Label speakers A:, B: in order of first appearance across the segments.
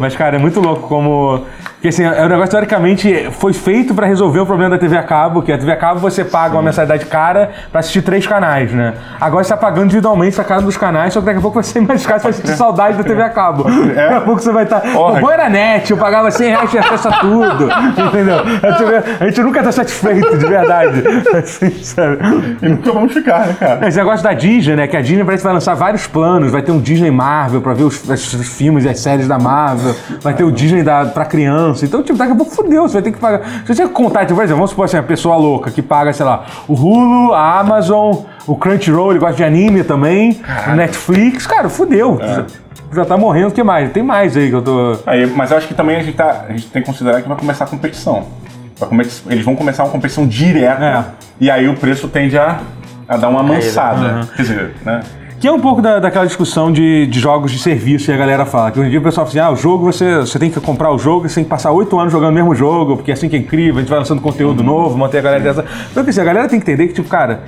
A: Mas, cara, é muito louco como. Porque assim, é um negócio teoricamente foi feito pra resolver o problema da TV a cabo, que a TV a cabo você paga uma mensalidade cara pra assistir três canais, né? Agora você tá pagando individualmente essa cara dos canais, só que daqui a pouco vai ser mais caro, você vai sentir saudade da TV a cabo. Daqui a pouco você vai estar. Tá,
B: Porra.
A: o bom era net, eu pagava 100 reais de acesso a tudo. Entendeu? A, TV a gente nunca tá satisfeito, de verdade. Assim, sabe?
B: E nunca vamos ficar, né, cara?
A: Esse negócio da Disney, né? Que a Disney parece que vai lançar vários planos. Vai ter um Disney Marvel pra ver os, as- os filmes e as séries da Marvel. Vai ter o Disney da, pra criança. Então, tipo, daqui a pouco fudeu. Você vai ter que pagar. Se você contar, tipo, por exemplo, vamos supor assim, a pessoa louca que paga, sei lá, o Hulu, a Amazon, o Crunchyroll, ele gosta de anime também, o Netflix. Cara, fudeu. Já, já tá morrendo. O que mais? Tem mais aí que eu tô...
B: Aí, mas eu acho que também a gente, tá, a gente tem que considerar que vai começar a competição. Vai come- eles vão começar uma competição direta
A: É. né?
B: e aí o preço tende a, a dar uma amansada. Quer dizer, né?
A: Que é um pouco da- daquela discussão de, de jogos de serviço que a galera fala. Que hoje em dia o pessoal fala assim, ah, o jogo você, você tem que comprar o jogo, você tem que passar oito anos jogando o mesmo jogo, porque é assim que é incrível, a gente vai lançando conteúdo novo, manter a galera dessa. Então, quer dizer, a galera tem que entender que, tipo, cara,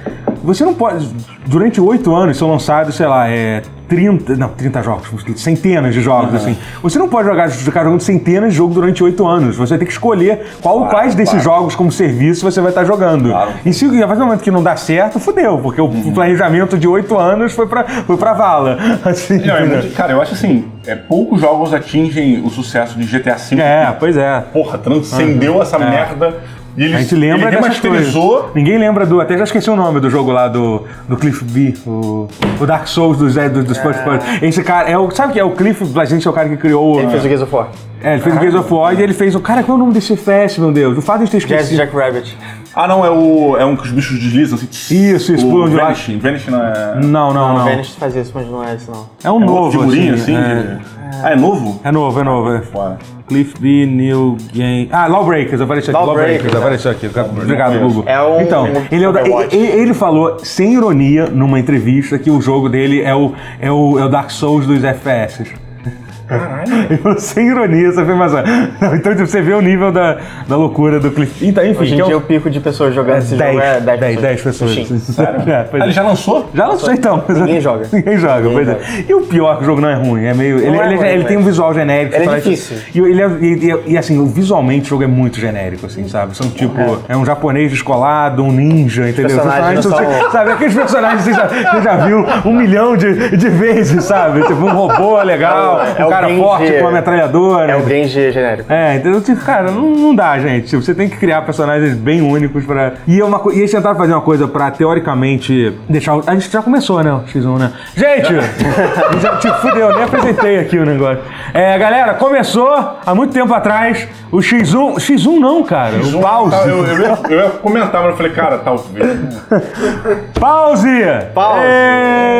A: você não pode. Durante oito anos são lançados, sei lá, é. 30, não, 30 jogos, centenas de jogos, assim. Você não pode jogar, ficar jogando centenas de jogos durante oito anos. Você tem que escolher qual, quais desses
B: claro.
A: jogos como serviço você vai estar jogando.
B: Claro. Uhum.
A: E se a partir do momento que não dá certo, fudeu, porque o planejamento de oito anos foi pra, foi pra vala. Assim,
B: Não, é
A: entendeu?
B: muito- cara, eu acho assim, é, poucos jogos atingem o sucesso de GTA V.
A: é, pois é.
B: Porra, transcendeu essa merda. E ele,
A: A gente lembra
B: ele
A: dessas coisas.
B: remasterizou.
A: Ninguém lembra do. Até já esqueci o nome do jogo lá do, do Cliff B, o, o Dark Souls dos do,
B: É.
A: dos Punch Punch. Esse cara, é o, sabe que é o Cliff, a gente é o cara que criou.
C: Ele
A: o-
C: fez o Gears of War.
A: É, ele fez o Gears of War e ele fez o. Cara, qual é o nome desse fest, meu Deus? O fato de a gente ter
C: Jazz
A: esquecido.
C: Jack Rabbit.
B: Ah, não, é o. É um que os bichos deslizam assim.
A: Isso, isso,
B: o
A: pulam de lá.
B: Vanishing. Vanishing não é.
A: Não, não,
C: Não,
A: não.
C: o Venice fazia isso, mas não é isso, não.
A: É um
B: é um
A: novo.
B: figurinha, assim?
A: assim, é.
B: de- Ah, é novo?
A: É novo, é novo. é.
B: Ué.
A: Cliff B, New Game. Ah, Lawbreakers, apareceu aqui. Lawbreakers,
C: Lawbreakers, né?
A: apareceu aqui. Obrigado,
B: Lawbreakers.
A: Google.
C: É um-
A: Então,
C: um
A: ele, é o da-
C: Overwatch.
A: ele- ele falou, sem ironia, numa entrevista, que o jogo dele é o, é o, é o Dark Souls dos FPS. Ele falou sem ironia essa afirmação. Não, então tipo, você vê o nível da, da loucura do Cliff. Então, enfim,
C: Hoje em
A: que
C: dia
A: é
C: o pico de pessoas jogando esse jogo é
A: 10,
C: 10
A: 10, 10 pessoas.
C: Sim.
A: É, pois
B: Ah,
A: é.
B: ele já lançou?
A: Já lançou então. mas-
C: Ninguém joga.
A: Ninguém joga, pois é. E o pior é que o jogo não é ruim, é meio. Ele,
C: é
A: ele-
C: ruim,
A: ele
C: mas-
A: tem um visual genérico.
C: Ele é
A: parece-
C: difícil.
A: E, ele é- e- e- e, assim, o- visualmente o jogo é muito genérico, assim, sabe? São tipo. É, um japonês descolado, um ninja, entendeu? Os
C: personagens não são-
A: Sabe, aqueles personagens que você já, você já viu um milhão de, de vezes, sabe? Tipo, um robô legal,
C: É
A: um
C: o- é o
A: cara
C: Genji.
A: forte com uma metralhadora.
C: É o Genji genérico.
A: É, entendeu? Tipo, cara, não, não dá, gente. Tipo, você tem que criar personagens bem únicos pra. E, é uma co- e eles tentaram fazer uma coisa pra, teoricamente, deixar. o- A gente já começou, né? O X1, né? Gente! já te fudeu, nem apresentei aqui o negócio. É, galera, começou há muito tempo atrás o X1. X1 não, cara. O pause.
B: Ah, Eu, eu ia, eu ia comentar, mas eu falei, cara, tá talvez.
A: Pause!
C: Pause.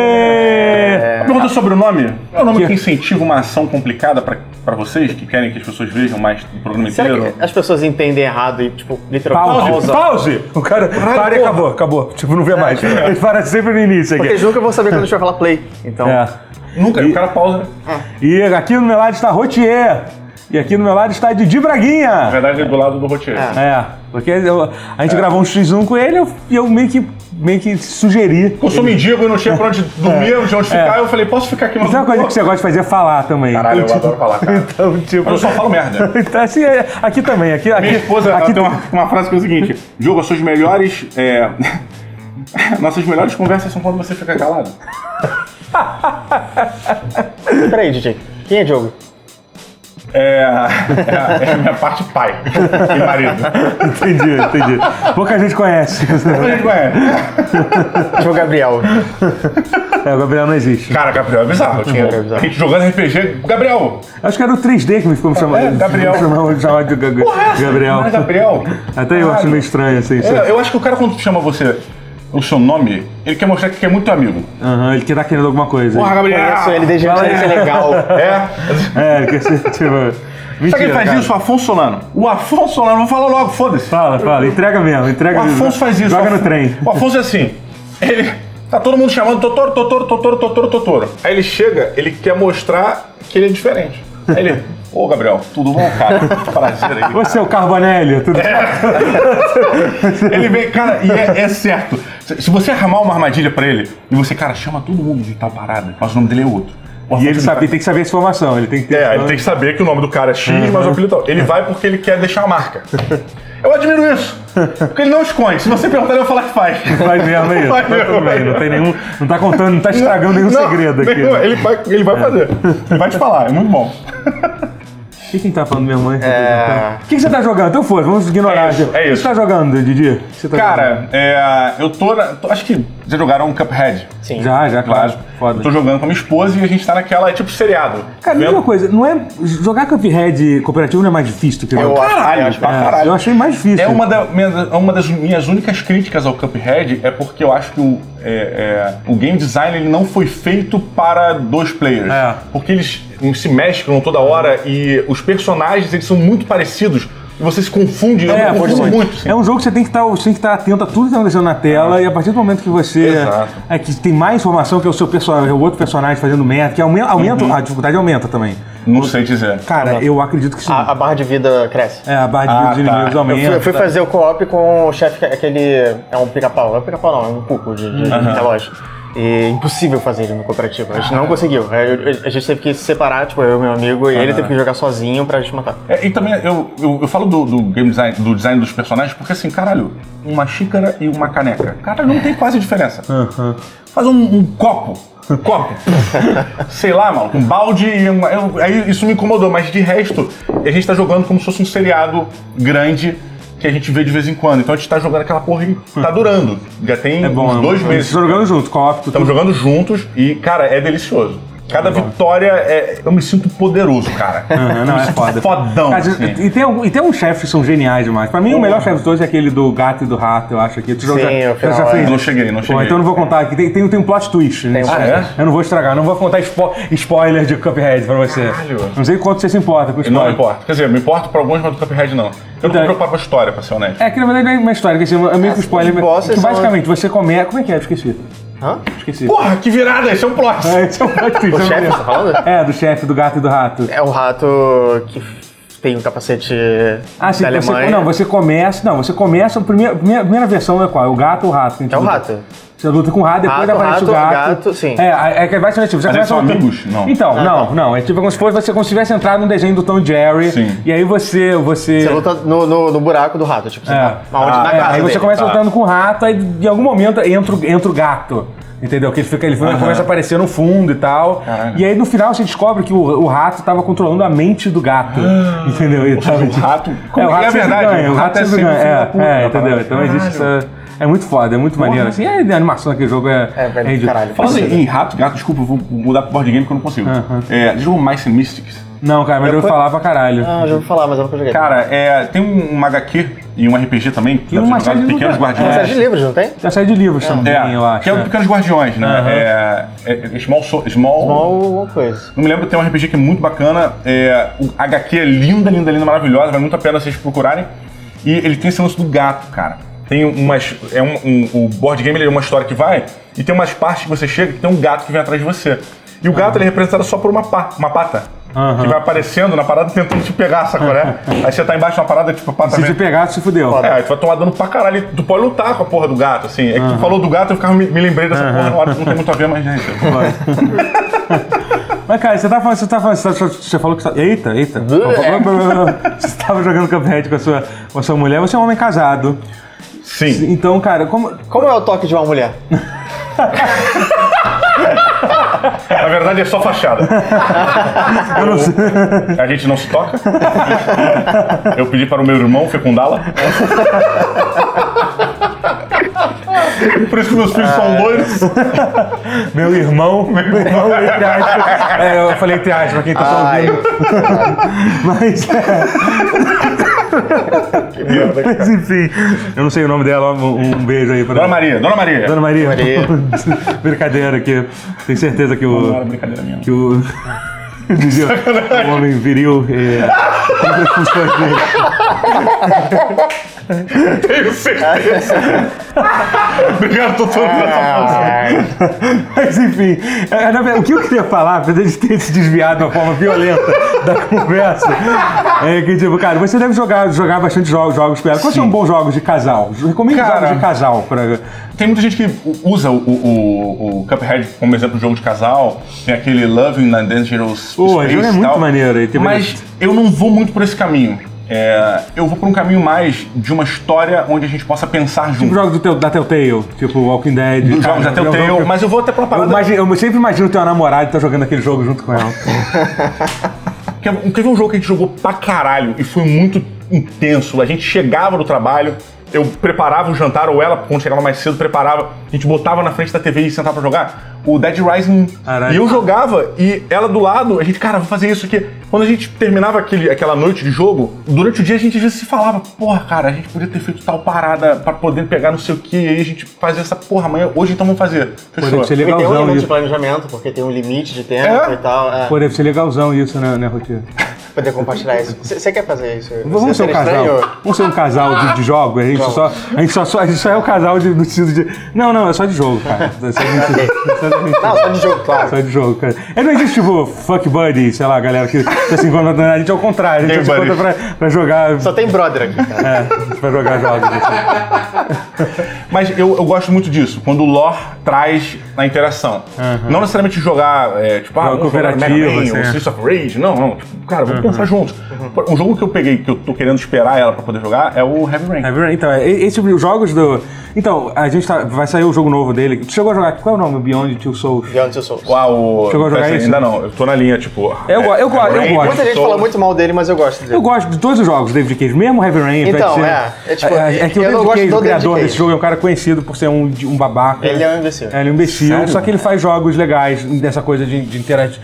A: É...
B: Pergunta sobre o nome. É o nome que, incentiva uma ação complicada pra, pra vocês, que querem que as pessoas vejam mais do programa
C: Será
B: inteiro?
C: que as pessoas entendem errado e, tipo, literalmente
A: Pause, pause,
C: pausa?
A: O cara para e
C: porra.
A: acabou, acabou. Tipo, não vê mais. Ele para sempre no início
C: Porque
A: aqui.
C: eles nunca vão saber quando a gente vai falar play. Então,
A: É.
B: Nunca. Ah. E o cara pausa.
A: E aqui no meu lado está Rotier. E aqui no meu lado está Didi
B: Na
A: Braguinha.
B: verdade, é do lado do roteiro.
C: É.
A: É, porque eu- a
B: É.
A: gente gravou um X1 com ele e eu, eu meio, que, meio que sugeri.
B: Eu sou mendigo, eu não tinha pra onde dormir, eu não tinha onde ficar. Eu falei, posso ficar aqui mais
A: Isso é uma
B: um
A: coisa que
B: pouco?
A: você gosta de fazer é falar também.
B: Caralho, eu
A: então, tipo,
B: adoro falar, cara.
A: Então, tipo.
B: Mas eu só falo merda.
A: Então, assim, é, aqui também, aqui, aqui,
B: Minha esposa
A: aqui
B: ela tem uma, uma frase que é o seguinte: Diogo, as suas melhores. é, nossas melhores conversas são quando você fica calado.
C: peraí, DJ. Quem é Diogo?
B: É, é, é a minha parte pai e marido.
A: Entendi, entendi. Pouca gente conhece.
B: A gente conhece.
C: Diogo Gabriel.
A: É, o Gabriel não existe.
B: Cara, Gabriel é bizarro. Tipo,
C: Gabriel é bizarro.
B: A gente jogando RPG. Gabriel!
A: Acho que era o 3D que me ficou me chamando.
B: É, Gabriel.
A: me chamava- chamava de Ga- Ga-
B: Porra, é
A: Gabriel.
B: Mas Gabriel.
A: Até eu acho
B: Caralho.
A: meio estranho, assim. sabe?
B: É, eu acho que o cara, quando chama você o seu nome, ele quer mostrar que é muito amigo.
A: Aham, ele que tá querendo alguma coisa.
B: Porra, Gabriel!
C: Conheço ele desde antes
A: Fala
C: dele
A: aí.
C: ser legal.
B: É.
A: É, que você, tipo. Mentira,
B: Sabe quem faz
A: cara.
B: isso? O Afonso Solano. O Afonso Solano, vou falar logo, foda-se.
A: Fala, fala, entrega mesmo, entrega
B: O
A: mesmo.
B: Afonso faz isso.
A: Joga
B: O
A: no
B: Afonso-
A: trem.
B: O Afonso é assim. Ele. Tá todo mundo chamando Totoro, Totoro, Totoro, Totoro, Totoro. Aí ele chega, ele quer mostrar que ele é diferente. Aí ele. Ô, Gabriel, tudo bom, cara? assim, Prazer aí.
A: Você é o Carbonelli, tudo
B: É. Ele vem, cara, e é, é certo. Se se você armar uma armadilha pra ele, e você, cara, chama todo mundo de tal parada, mas o nome dele é outro. O
A: E ele
B: Afonso tá-
A: sabe, tem que saber essa informação, ele tem que ter.
B: É, ele tem que saber que o nome do cara é X, mas o apelido é tal. Ele vai porque ele quer deixar a marca. Eu admiro isso. Porque ele não esconde. Se você perguntar, ele vai falar que faz.
A: Vai mesmo aí.
B: Vai
A: Tá tudo
B: mesmo.
A: bem, não tem nenhum. Não tá contando, não tá estragando nenhum
B: Não,
A: segredo aqui.
B: não,
A: né?
B: Ele vai, ele vai fazer. Ele vai te falar, é muito bom.
A: O que, que a gente tá falando, minha mãe?
C: É.
A: O que, que você tá jogando? Então foi, vamos ignorar.
B: É isso,
A: aqui.
B: é
A: O que
B: isso.
A: você tá jogando, Didi? O que você tá
B: Cara, é, eu tô, na- tô- Acho que já jogaram um Cuphead.
C: Sim.
A: jogando? Já, já, claro.
B: Claro.
A: Foda.
B: Eu tô jogando com a minha esposa e a gente tá naquela, é tipo seriado.
A: Cara, me diz
B: Vendo?
A: uma coisa, não é. Jogar Cuphead cooperativo não é mais difícil do que
C: Eu
A: jogar-
C: acho,
B: Caralho,
C: eu acho
B: pra
A: É,
B: caralho.
A: eu achei mais difícil.
B: É uma, da- minha- uma das minhas únicas críticas ao Cuphead é porque eu acho que o, é, é, o game design ele não foi feito para dois players.
A: É.
B: Porque eles se mesclam toda hora e os personagens eles são muito parecidos e você se confunde. eu
A: É,
B: me
A: pode
B: confundo
A: ser.
B: muito. assim.
A: É um jogo que você tem que estar, você tem que estar atento a tudo que está acontecendo na tela e a partir do momento que você
B: Exato.
A: é que tem mais informação que é o seu personagem, o outro personagem fazendo merda, que aumenta, aumenta- a dificuldade aumenta também.
B: Não sei dizer.
A: Cara, eu acredito que sim.
C: A, a barra de vida cresce.
A: É, a barra de
B: Ah,
A: vida dos
B: tá.
A: inimigos
B: Eu
A: aumenta.
C: Eu fui fazer o co-op com o chefe, que- aquele. É um pica-pau. É um pica-pau, não, é um cuco de, de de relógio. E é impossível fazer ele no cooperativo. A gente não conseguiu. Aí eu- A gente teve que se separar, tipo, eu e meu amigo, e ele teve que jogar sozinho pra gente matar.
B: É, e também eu, eu, eu falo do, do game design, do design dos personagens, porque assim, caralho, uma xícara e uma caneca. Cara, não tem quase diferença. Faz um, um copo. Um copo. Sei lá, mano, um balde e uma, eu- aí isso me incomodou, mas de resto, a gente tá jogando como se fosse um seriado grande que a gente vê de vez em quando. Então a gente tá jogando aquela porra e tá durando. Já tem
A: É bom,
B: uns
A: é
B: dois
A: bom. Vocês
B: meses.
A: estão jogando junto, co-op, tudo.
B: Estamos jogando juntos e, cara, é delicioso. Cada vitória é. Eu me sinto poderoso, cara.
A: Aham, não,
B: Eu me
A: é
B: sinto
A: foda.
B: Fodão.
A: Cara,
B: assim.
A: e, tem, algum- e tem uns chefes que são geniais demais. Pra mim, o melhor chefe de todos é aquele do gato e do rato, eu acho. Aqui. Tu
C: Sim,
A: já,
C: o
A: eu
C: final
A: já
C: é-
A: fez?
B: Não cheguei, não
A: Bom,
B: cheguei.
A: então eu não vou contar aqui. Tem, tem, tem um plot twist. Né?
C: Tem um
B: Ah, é?
A: Eu não vou estragar, não vou contar spo- spoiler de Cuphead pra você.
B: Caralho.
A: Não sei quanto você se importa com
B: Não
A: spoiler.
B: me importo. Quer dizer, me importo pra alguns, mas do Cuphead não. Eu não vou
A: Então-
B: me preocupar com a história, pra ser honesto.
A: É que na verdade é uma história, que assim, é meio que um spoiler.
C: os
A: mas-
C: bosses
A: que
C: são-
A: basicamente, você começa. Como é que é? Eu esqueci.
C: Hã?
A: Esqueci.
B: Porra, que virada! Esse é um plot!
A: É, esse é um plot twist, eu
C: O
A: não
C: chefe,
A: lembro.
C: você tá falando?
A: É, do chefe, do gato e do rato.
C: É o rato que f- tem um capacete
A: Ah, sim,
C: da
A: você,
C: Alemanha.
A: não, você começa. Não, você começa. A primeira, primeira, primeira versão é qual? É o gato ou o rato? que a gente
C: É o
A: luta.
C: rato.
A: Você luta com o rato, depois
C: Rato,
A: aparece o
C: rato,
A: gato.
C: gato, sim.
A: É, aí- é que vai ser tipo, você
B: Mas
A: começa
B: eles são
A: lutando-
B: amigos? Não.
A: Então,
C: Ah,
A: não,
C: tá.
A: não. É tipo como se fosse você como se tivesse entrado num desenho do Tom e Jerry.
B: Sim.
A: E aí você. Você,
C: Você luta no, no, no buraco do rato, tipo, você
A: É.
C: tá aonde
B: Ah,
C: na
B: é,
A: aí
C: casa
A: você
C: dele.
A: começa
B: tá.
A: lutando com o rato, aí em algum momento entra, o- entra o gato. Entendeu? Que ele, fica, ele
B: Aham.
A: começa a aparecer no fundo e tal.
B: Caralho.
A: E aí no final você descobre que o, o rato tava controlando a mente do gato. entendeu? Ele tava-
B: Ah, O rato.
A: é, o rato
B: é
A: sempre
B: verdade,
A: ganha, o rato sempre ganha.
B: filho da
A: É,
B: puta,
A: é,
B: né,
A: entendeu?
B: parada.
A: Então existe
B: Caralho.
A: essa. É muito foda, é muito maneiro. Assim, é, a animação daquele jogo é.
C: É, velho,
A: ridícula.
C: caralho.
B: Falando
A: assim.
B: em, em rato, gato, desculpa, eu vou mudar pro board game que eu não consigo. É, deixa eu jogar Mice and Mystics.
A: Não, cara, mas eu,
C: Eu
A: vou
C: tô-
A: falar pra caralho.
C: Ah, eu já ouvi falar, mas eu nunca joguei.
B: Cara, é, tem um, um HQ e um RPG também, que deve
A: uma
B: ser jogado,
A: série de
B: Pequenos
A: lugares.
C: é uma
B: Guardiões.
C: série de livros, não tem?
A: Já saiu de livros também,
B: É,
A: eu acho.
B: que é o Pequenos Guardiões, né? É, é- é small, So- small
C: Ou alguma coisa.
B: Não me lembro, tem um RPG que é muito bacana. É, o HQ é linda, linda, linda, maravilhosa. Vale muito a pena vocês procurarem. E ele tem esse lance do gato, cara. Tem umas. É um, um- o board game ele é uma história que vai e tem umas partes que você chega que tem um gato que vem atrás de você. E o gato ele é representado só por uma, pá, uma pata.
A: Aham.
B: Que vai aparecendo na parada tentando te pegar, sacoré? Aí você tá embaixo de uma parada, tipo, a
A: Se
B: pata vem-
A: te pegar, tu se fudeu.
B: é, aí tu vai tomar dano pra caralho. Tu pode lutar com a porra do gato, assim. É que tu falou do gato, eu ficava me, me lembrei dessa porra na hora. Não tem muito a ver, mas gente.
A: Mas, cara, você tá falando, você tá falando, você, tá- você falou que você tá, Eita, eita. você tava jogando Cuphead com a, sua, com a sua mulher, você é um homem casado.
B: Sim.
A: Então, cara, como.
C: Como é o toque de uma mulher?
B: Na verdade é só fachada.
A: Eu não sei.
B: A gente não se toca. Eu pedi para o meu irmão fecundá-la. Por isso que meus filhos
A: Ah, é.
B: são loiros.
A: Meu irmão, meu irmão, entre aspas. É, eu falei entre aspas, pra quem tá só
C: Ai.
A: ouvindo. Mas, é, mas, enfim, eu não sei o nome dela, um, um beijo aí pra
B: Dona Maria, Dona Maria.
A: Dona Maria.
C: Maria.
A: Brincadeira aqui. Tenho certeza que
B: Não era
A: o.
B: brincadeira minha.
A: Que o. Dizia o homem viril é. e as funções dele.
B: Tenho certeza. Obrigado, doutor.
A: Mas enfim, é, na verdade, o que eu queria falar, apesar de ter se desviado de uma forma violenta da conversa, é que, tipo, cara, você deve jogar, jogar bastante jogos, jogos com ela. Quais são bons jogos de casal? Recomendo
B: Cara.
A: jogos de casal pra.
B: Tem muita gente que usa o, o, o Cuphead como exemplo de jogo de casal. Tem aquele Loving na Dangerous
A: Pô,
B: Space
A: esse jogo é
B: e
A: muito
B: tal.
A: maneiro, ele tem
B: Mas eu não vou muito por esse caminho. É, eu vou por um caminho mais de uma história onde a gente possa pensar
A: Tipo
B: junto.
A: jogos do teu, da Telltale, tipo Walking Dead.
B: Dos
A: cara,
B: jogos
A: é
B: da
A: um jogo que
B: Telltale,
A: eu-
B: mas eu vou até pra uma
A: Eu,
B: parada...
A: imagino- eu sempre imagino ter uma namorada e tá jogando aquele jogo junto com ela.
B: Que Teve um jogo que a gente jogou pra caralho e foi muito intenso. A gente chegava do trabalho, eu preparava o jantar, ou ela, quando chegava mais cedo, preparava. A gente botava na frente da TV e sentava pra jogar. O Dead Rising.
A: Caralho.
B: E eu jogava e ela do lado, a gente, cara, vou fazer isso aqui. Quando a gente terminava aquele, aquela noite de jogo, durante o dia a gente às vezes se falava, porra, cara, a gente podia ter feito tal parada pra poder pegar não sei o que, e aí a gente fazia essa porra amanhã, hoje então vamos fazer.
A: Pô, deve ser
C: E tem um
A: legalzão
C: limite de
A: isso.
C: planejamento, porque tem um limite de tempo
B: É?
C: e tal. É,
A: Pô, deve ser legalzão isso, né, né Rotier?
C: poder compartilhar isso. Você quer fazer isso?
A: Vamos
C: Você
A: ser um
C: seria
A: casal.
C: estranho?
A: Vamos ser um casal de, de jogo. A gente, só, a, gente só, só- a gente só é o casal de, no sentido de. Não, não, é só de jogo, cara. É só de mentira. É só de mentira.
C: Não, tá. só de jogo,
A: É
C: claro.
A: Só de jogo, cara. É, não existe, tipo, fuck buddy, sei lá, galera que tá se encontrando. A gente é o contrário. A gente
B: Tem
A: se encontra
B: buddy.
A: pra, pra jogar.
C: Só tá. tem brother aqui, cara.
A: É, pra jogar jogos. assim.
B: Mas eu, eu gosto muito disso, quando o lore traz na interação. Não necessariamente jogar, é, tipo, ah,
A: Jogo
B: vamos jogar Mega
A: cooperativo,
B: Man
A: assim,
B: ou
A: é.
B: Streets of Rage. Não, não. Tipo, cara, vamos pensar juntos. Um jogo que eu peguei, que eu tô querendo esperar ela pra poder jogar, é o Heavy Rain.
A: É verdade, Então, é, esse tipo de jogos do. Então, a gente tá, vai sair o jogo novo dele. Tu chegou a jogar. Qual é o nome? Beyond Two Souls?
C: Beyond Two Souls.
B: Uau,
A: Chegou a jogar
B: peraí,
A: isso?
B: Ainda não, eu tô na linha, tipo...
A: Eu
B: é,
A: go- eu
B: Heavy
A: gosto, eu
B: Rain,
A: gosto.
C: Muita gente
B: Souls.
C: fala muito mal dele, mas eu gosto dele.
A: Eu gosto de todos os jogos do David Cage, mesmo Heavy Rain.
C: Então,
A: Fred
C: é.
A: Sinner.
C: É tipo,
A: é, que o
C: eu não
A: David Cage, o
C: gosto do David
A: criador
C: Cage.
A: desse jogo, é um cara conhecido por ser um, um babaca.
C: Ele é um imbecil.
A: É, ele é um imbecil,
B: Sério?
A: só que ele faz jogos legais dessa coisa de, de interagir.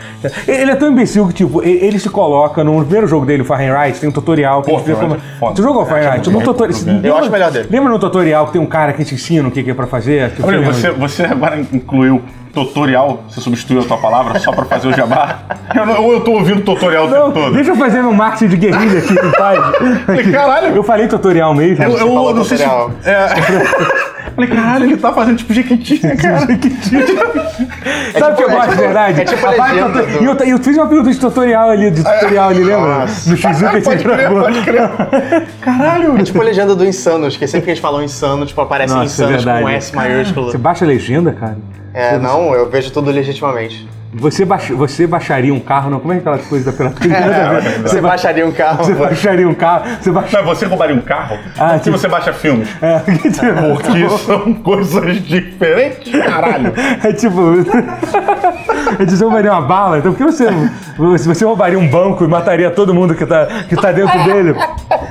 A: Ele é tão imbecil que, tipo, ele, ele se coloca no primeiro jogo dele, o Fahrenheit, tem um tutorial que
B: Pô,
A: a gente vê como.
B: Fahrenheit é foda.
A: Tu jogou o Fahrenheit?
B: Eu
A: No tutorial. lembra-
C: acho melhor dele.
A: Lembra no tutorial que tem um cara que te ensina o que, que é pra fazer? Tipo,
B: Olha,
A: lembra?
B: você, você agora incluiu tutorial, você substituiu a tua palavra só pra fazer o jabá? Eu não- ou eu tô ouvindo tutorial o
A: Não,
B: tempo um todo?
A: deixa eu fazer meu marketing de guerrilha aqui em paz.
B: Caralho.
A: Eu falei tutorial mesmo.
B: Eu, eu
C: falou
B: não sei se.
C: tutorial.
B: É. Falei, caralho, ele tá fazendo tipo jequitinha, cara.
A: Sabe o que eu
C: tipo-
A: gosto,
C: é
A: de
C: tipo-
A: verdade?
C: é tipo
A: A parte
C: legenda
A: tuto-
C: do- Ah,
A: E eu, ta- eu fiz uma pergunta de tutorial ali, de tutorial ali, lembra?
C: Nossa.
A: No Shizuka você gravou.
B: Caralho,
C: É tipo a legenda do Insanos, que sempre que eles falam Insano, tipo, aparece
A: Nossa, é
C: Insanos com
A: verdade.
C: S maiúsculo.
A: Você baixa a legenda, cara?
C: É, não, eu vejo tudo legitimamente.
A: Você, baix- você baixaria um carro, não? Como é aquela coisa da pirataria?
C: Você baixaria um carro.
A: Você baixaria um carro, você baixa.
B: Mas você roubaria um carro?
A: Ah,
B: Por que
A: tipo-
B: você baixa filmes?
A: É, que tipo-
B: Porque são coisas diferentes, caralho.
A: é tipo. É de você roubaria uma bala, então por que você. Se você roubaria um banco e mataria todo mundo que tá, que tá dentro dele?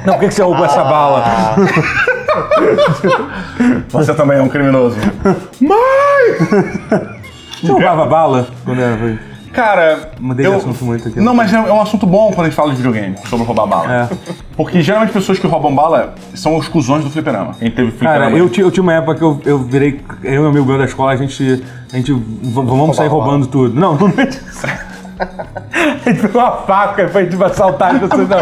A: Não, por que que você roubou essa bala?
B: Você também é um criminoso.
A: Você roubava bala quando era.
B: Cara,
A: Mudei de assunto muito aqui. né?
B: Não, mas é é um assunto bom quando a gente fala de videogame, sobre roubar bala.
A: É.
B: Porque geralmente pessoas que roubam bala são os cuzões do fliperama. Quem teve fliperama.
A: Cara, eu, ti- eu tinha uma época que eu, eu virei. Eu e um amigo meu da escola, a gente. A gente. v- Vamos sair roubando tudo. Não, não é disso. A gente pegou uma faca e foi tipo assaltar as pessoas. Não,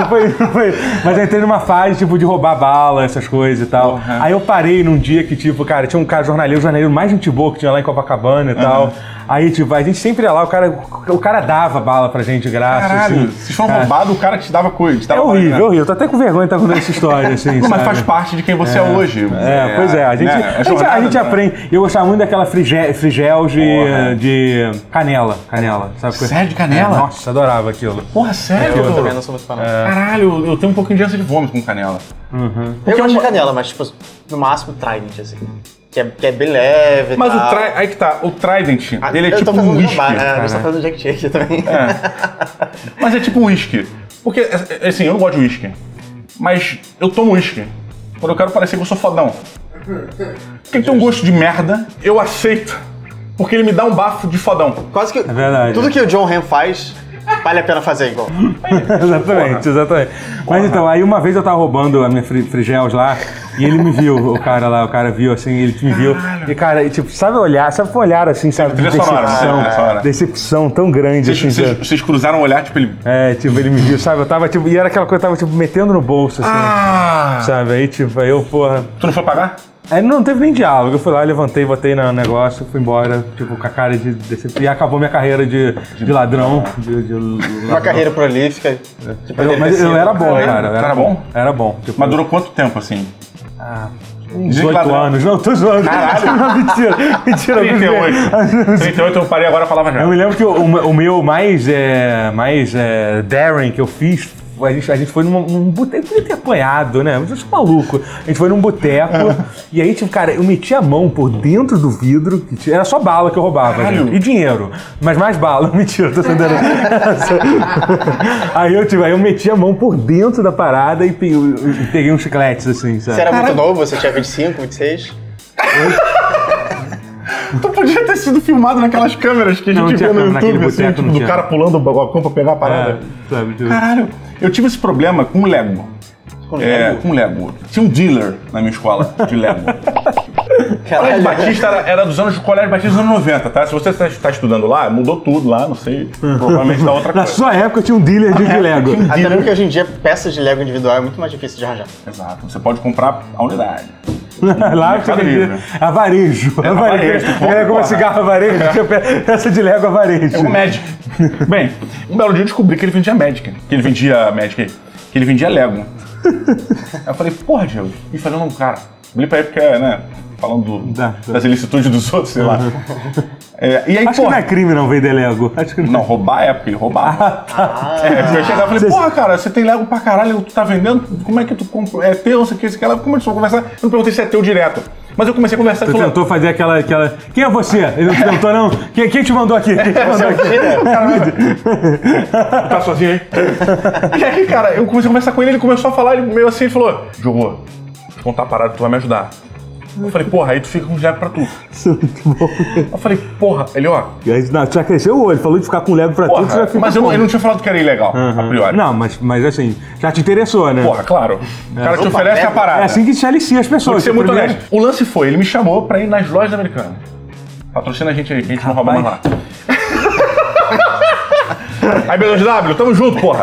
A: não foi, não foi. Mas eu entrei numa fase, tipo, de roubar bala, essas coisas e tal.
B: Uhum.
A: Aí eu parei num dia que, tipo, cara, tinha um cara jornaleiro, jornaleiro mais gente boa que tinha lá em Copacabana e tal. Aí, tipo, a gente sempre ia lá, o cara, o cara dava bala pra gente, graça.
B: Caralho,
A: assim.
B: se foram
A: Cara,
B: roubados, o cara te dava coisa. te
A: É
B: dava
A: horrível, é
B: parada.
A: horrível. Tô até com vergonha de estar contando essa história, assim.
B: Não, mas
A: sabe?
B: faz parte de quem você é, hoje.
A: É, pois é, a gente,
B: né? É
A: a, gente,
B: jornada,
A: a gente
B: né?
A: aprende. Eu gostava muito daquela frige- frigel de,
B: Porra.
A: de canela. Canela, sabe? qual é?
B: Sério, de canela?
A: É, nossa, adorava aquilo.
B: Porra, sério?
C: Eu também não sou muito fã,
A: É.
C: não.
B: Caralho, eu tenho um pouquinho de ânsia de vômito com canela.
C: Eu gosto de canela, mas, tipo, no máximo Trident, assim. Que é, que é bem leve e
B: Mas o
C: tal.
B: Trident, aí que tá, o Trident,
C: Ah,
B: ele é
C: eu
B: tipo
C: tô fazendo
B: um whisky.
C: jabá, É, a gente tá fazendo Jack Jack também.
B: Mas é tipo um whisky. Porque, é- é- assim, eu não gosto de whisky. Mas eu tomo whisky. Quando eu quero parecer que eu sou fodão. Porque ele tem um gosto de merda, eu aceito. Porque ele me dá um bafo de fodão.
C: Quase que. É
A: verdade.
C: Tudo que o John Hamm faz, Vale a pena fazer igual.
A: exatamente, exatamente. Mas então, aí uma vez eu tava roubando a minha fri- Frigels lá e ele me viu, o cara lá, o cara viu assim, ele me viu. E cara, e, tipo, sabe olhar, sabe com olhar assim, sabe? de
B: Trilha sonora, né? Trilha
A: decepção,
B: sonora.
A: decepção tão grande assim.
B: Vocês, vocês-
A: sabe?
B: vocês cruzaram o olhar, tipo, ele.
A: É, tipo, ele me viu, sabe? Eu tava tipo, e era aquela coisa, eu tava tipo metendo no bolso assim.
B: Ah!
A: Sabe, aí tipo, aí eu, porra.
B: Tu não foi pagar?
A: Aí não teve nem diálogo. Eu fui lá, levantei, botei no negócio, fui embora, tipo, com a cara de decepção. E acabou minha carreira de, de ladrão. De, de
C: Uma
A: ladrão.
C: carreira prolífica. de
A: Eu-
C: poder
A: mas eu
C: crescido.
A: era bom,
B: Caralho,
A: cara. eu
B: era bom?
A: Era bom. Tipo,
B: Mas durou quanto tempo, assim?
A: uns
B: de
A: 18
B: ladrão.
A: anos. Não, tô zoando. Não, mentira. Mentira. eu me zoei.
B: 38. 38 eu parei agora a palavra
A: Eu
B: já.
A: me lembro que o, o- o meu mais, é, mais é, daring que eu fiz, a gente, a gente foi num, num boteco, podia ter apanhado, né? Mas eu sou maluco. A gente foi num boteco e aí, tipo, cara, eu meti a mão por dentro do vidro, que tinha- era só bala que eu roubava,
B: Caralho.
A: gente, e dinheiro. Mas mais bala, mentira, tô sendo Aí eu, tipo, aí eu meti a mão por dentro da parada e pe- e peguei uns chicletes, assim, sabe?
C: Você era muito novo, você tinha 25, 26.
B: Tu Então podia ter sido filmado naquelas câmeras que a
A: Não, não
B: gente
A: tinha
B: vê no
A: câmera naquele
B: YouTube, assim,
A: boteco,
B: tipo,
A: não
B: do
A: tinha.
B: cara pulando o balcão pra pegar a
A: É,
B: parada.
A: sabe, tipo,
B: Caralho, eu tive esse problema com o Lego.
C: Com
B: É,
C: Lego.
B: com Lego. Tinha um dealer na minha escola de Lego. O Colégio Batista era, era dos anos, o Colégio Batista dos anos 90, tá? Se você está estudando lá, mudou tudo lá, não sei.
A: Uhum.
B: Provavelmente dá outra
A: Na
B: coisa.
A: sua época tinha um dealer de Lego.
C: Até porque hoje em dia peças de Lego individual é muito mais difícil de arranjar.
B: Exato, você pode comprar a unidade.
A: Lá você
B: Mercado
A: vendia
B: Livre.
A: a varejo. A varejo.
B: varejo, tu compra,
A: Era como
B: É, porra.
A: cigarro a varejo, tinha pe- peça de Lego a varejo.
B: É o Magic. Bem, um belo dia eu descobri que ele vendia Magic. Que ele vendia Magic. Que ele vendia Lego. Aí eu falei, porra, Diego, e fazendo um cara. Falei pra ele porque, né, falando do-
A: Tá, tá.
B: das ilicitudes dos outros, sei lá. É, e aí,
A: Acho que não
B: porra.
A: é crime não vender Lego. Acho que Ah, tá. não.
B: Não, roubar é porque ele roubava. É, eu chegava e falei, porra, cara, você tem Lego pra caralho, tu tá vendendo? Como é que tu compra? É teu, você quer esse cara? Começou a conversar. Eu não perguntei se é teu direto. Mas eu comecei a conversar
A: Tu tentou fazer aquela, aquela. Quem é você? Ele não te perguntou, não? Quem, quem te mandou aqui? Quem te mandou aqui?
B: tá sozinho aí? e aí, cara, eu comecei a conversar com ele, ele começou a falar, ele meio assim, ele falou, Diogo, vou te contar a parada, tu vai me ajudar. Eu falei, porra, aí tu fica com o diabo pra tu.
A: Isso é muito bom.
B: Eu falei, porra, ele, ó,
A: E aí, não, tu já cresceu o olho, falou de ficar com Lego pra tudo, tu já
B: porra,
A: ficou
B: mas eu não,
A: com-
B: ele não tinha falado que era ilegal, a priori.
A: Não, mas, mas assim, já te interessou, né?
B: Porra, claro. O cara te
C: Opa,
B: oferece
C: é-
B: a parada.
A: é assim que se alicia as
B: Tem que
A: pessoas.
B: ser
A: O
B: muito
A: primeiro-
B: honesto. O lance foi, ele me chamou pra ir nas lojas americanas. Patrocina a gente aí, que a gente não rouba mais lá. Aí, B2W, tamo junto, porra.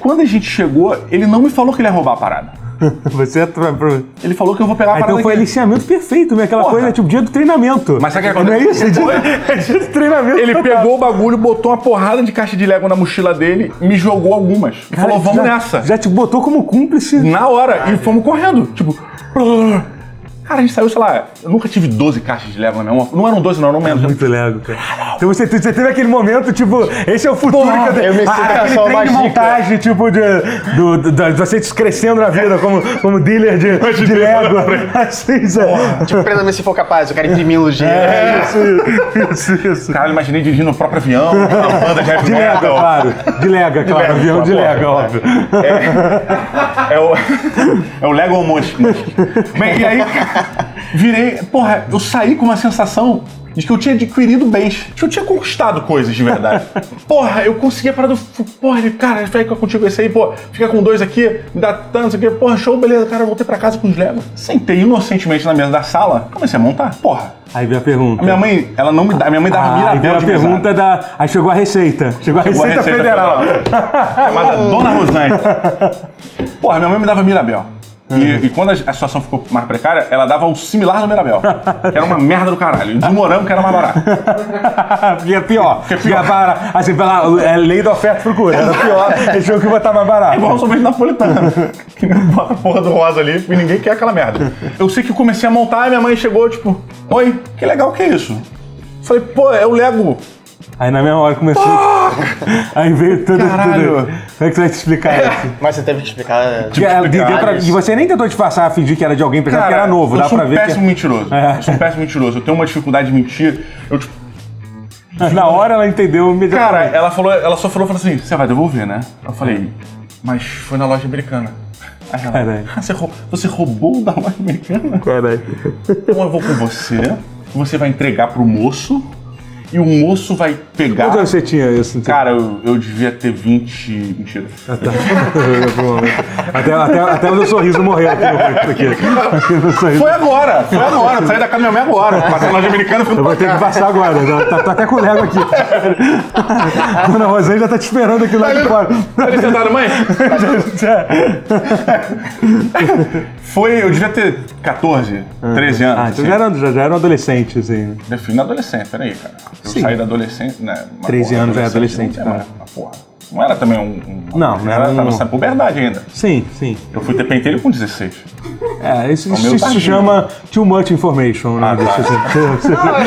B: Quando a gente chegou, ele não me falou que ele ia roubar a parada.
A: Você é. tra- pro-
B: Ele falou que eu vou pegar a
A: Ah,
B: parada
A: então foi
B: aqui.
A: aliciamento perfeito, né? aquela
B: Porra.
A: coisa, tipo, dia do treinamento.
B: Mas sabe o que
A: Não é isso?
B: aconteceu?
A: É dia, é dia do treinamento.
B: Ele
A: total.
B: pegou o bagulho, botou uma porrada de caixa de Lego na mochila dele, me jogou algumas. E
A: Cara,
B: falou, vamos
A: já-
B: nessa.
A: Já te botou como cúmplice.
B: Na hora, e fomos correndo. Tipo. Cara, a gente saiu, sei lá, eu nunca tive 12 caixas de Lego na minha mão. Não eram 12, não, não menos.
A: Muito Lego, cara. Então você, você teve aquele momento, tipo, esse é o futuro
B: Porra,
A: que
C: eu me sinto a
A: aquele
C: pessoa
A: trem de
C: mais rica.
A: montagem, tipo, de, do, do, da- de vocês crescendo na vida como, como dealer de, de Lego. Assim, sabe?
C: Tipo, prenda-me se for capaz, o cara imprimindo dinheiro.
A: É, isso, isso, isso, isso.
B: Cara, eu imaginei dirigindo o próprio avião, é uma banda de heavy
A: De Lego,
B: metal.
A: claro. De Lego, é claro.
B: Lego,
A: Avião de
B: porra,
A: Lego, óbvio.
B: É o, é o Lego ou o Monte. Bem, e aí, cara, virei. Porra, eu saí com uma sensação de que eu tinha adquirido bens, que eu tinha conquistado coisas de verdade. Porra, eu consegui a parada. eu fu- Porra, ele, cara, fica contigo esse aí, pô, fica com dois aqui, me dá tanto, isso aqui. Porra, show, beleza, cara, eu voltei pra casa com os Lego. Sentei inocentemente na mesa da sala, comecei a montar. Porra,
A: Aí vem a
B: a
A: pergunta.
B: minha mãe, ela não me dá, minha mãe dava
A: Ah, aí veio
B: mirabel
A: a
B: de mesada.
A: pergunta da. Aí chegou a Receita. Chegou a
B: Chegou a
A: Receita,
B: Receita
A: Federal.
B: Chamada Dona Rosângela. Porra, minha mãe me dava Mirabel.
A: Hum.
B: E, e quando a, a situação ficou mais precária, ela dava o similar do Mirabel. Que era uma merda do caralho. E do morango que era mais barato.
A: Porque é pior. Porque
B: é pior.
A: bara- assim, pela é lei da oferta e procura. Era pior. Eles tinham que botar mais barato.
B: Igual o sorvete napolitano. Que não bota a porra do rosa ali e ninguém quer aquela merda. Eu sei que eu comecei a montar e minha mãe chegou, tipo, oi, que legal que é isso? Falei, pô, é o Lego.
A: Aí na mesma hora começou. Aí veio tudo.
B: Caralho.
A: tudo. Como é que você vai te explicar isso?
C: Mas você teve que explicar. é, tipo,
A: Que ela- deu pra-
C: isso.
A: e você nem tentou disfarçar, fingir que era de alguém, pensando que era novo.
B: eu
A: Dá
B: sou
A: pra
B: um
A: ver.
B: péssimo mentiroso.
A: É.
B: Eu sou um péssimo mentiroso. Eu tenho uma dificuldade de mentir. Eu, tipo,
A: Que... Na hora ela entendeu
B: Cara,
A: imediatamente.
B: ela falou, ela só falou, falou assim, você vai devolver, né? Eu falei, mas foi na loja americana. Aí ela,
A: Caralho.
B: "Ah, você, rou- você roubou da loja americana?
A: Cara,
B: Então eu vou com você, você vai entregar pro moço, e o moço vai pegar.
A: Quantos anos você tinha isso?
B: Cara, eu, eu devia ter 20. Mentira.
A: até, até, até meu sorriso morreu aqui. aqui, aqui meu sorriso.
B: Foi agora, foi agora. Eu Saí da casa da minha mãe agora. Passei na loja americana e fui
A: Eu vou
B: pra
A: ter que
B: cá.
A: passar agora. Já Tá, tá até com o Lego aqui. Dona Rosane já tá te esperando aqui lá de fora.
B: Eles sentaram, tá mãe? Foi, eu devia ter 14, 13 anos.
A: Ah,
B: assim.
A: então já eram, já, já eram adolescentes, assim.
B: Defino na adolescência, peraí, cara. Eu
A: Sim.
B: saí da adolescência, né? uma
A: 13 anos é adolescente,
B: não é,
A: tá.
B: uma porra. Não era também um. um-
A: Não, não era
B: Era,
A: um-
B: tava saindo puberdade ainda.
A: Sim, sim.
B: Eu fui ter pentelho com 16.
A: É, isso,
B: meu
A: isso, isso se
B: tadinho.
A: chama too much information, né?
B: Ah, tá.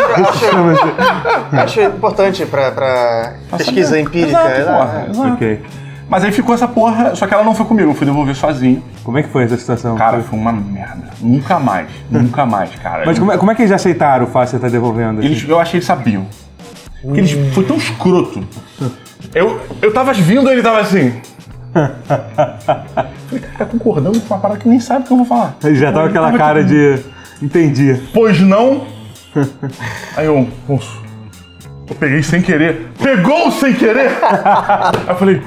A: Deixa eu-
C: Acho importante pra, pra pesquisa empírica.
B: Exato,
C: né?
B: porra, exato.
A: assim. ok.
B: Mas aí ficou essa porra, só que ela não foi comigo, eu fui devolver sozinho.
A: Como é que foi essa situação?
B: Cara, foi uma merda. Nunca mais, nunca mais, cara.
A: Mas como é, como é que eles aceitaram o fato de você tá devolvendo? assim?
B: Eles, eu achei que eles sabiam. Porque
A: Hum.
B: eles foi tão escroto. Eu, eu tava vindo ele tava assim. Falei, cara, concordando com uma parada que nem sabe o que eu vou falar.
A: Ele já tava com aquela cara
B: tipo,
A: de. Entendi.
B: Pois não. Aí eu, moço, eu peguei sem querer. Pegou sem querer? Aí eu falei,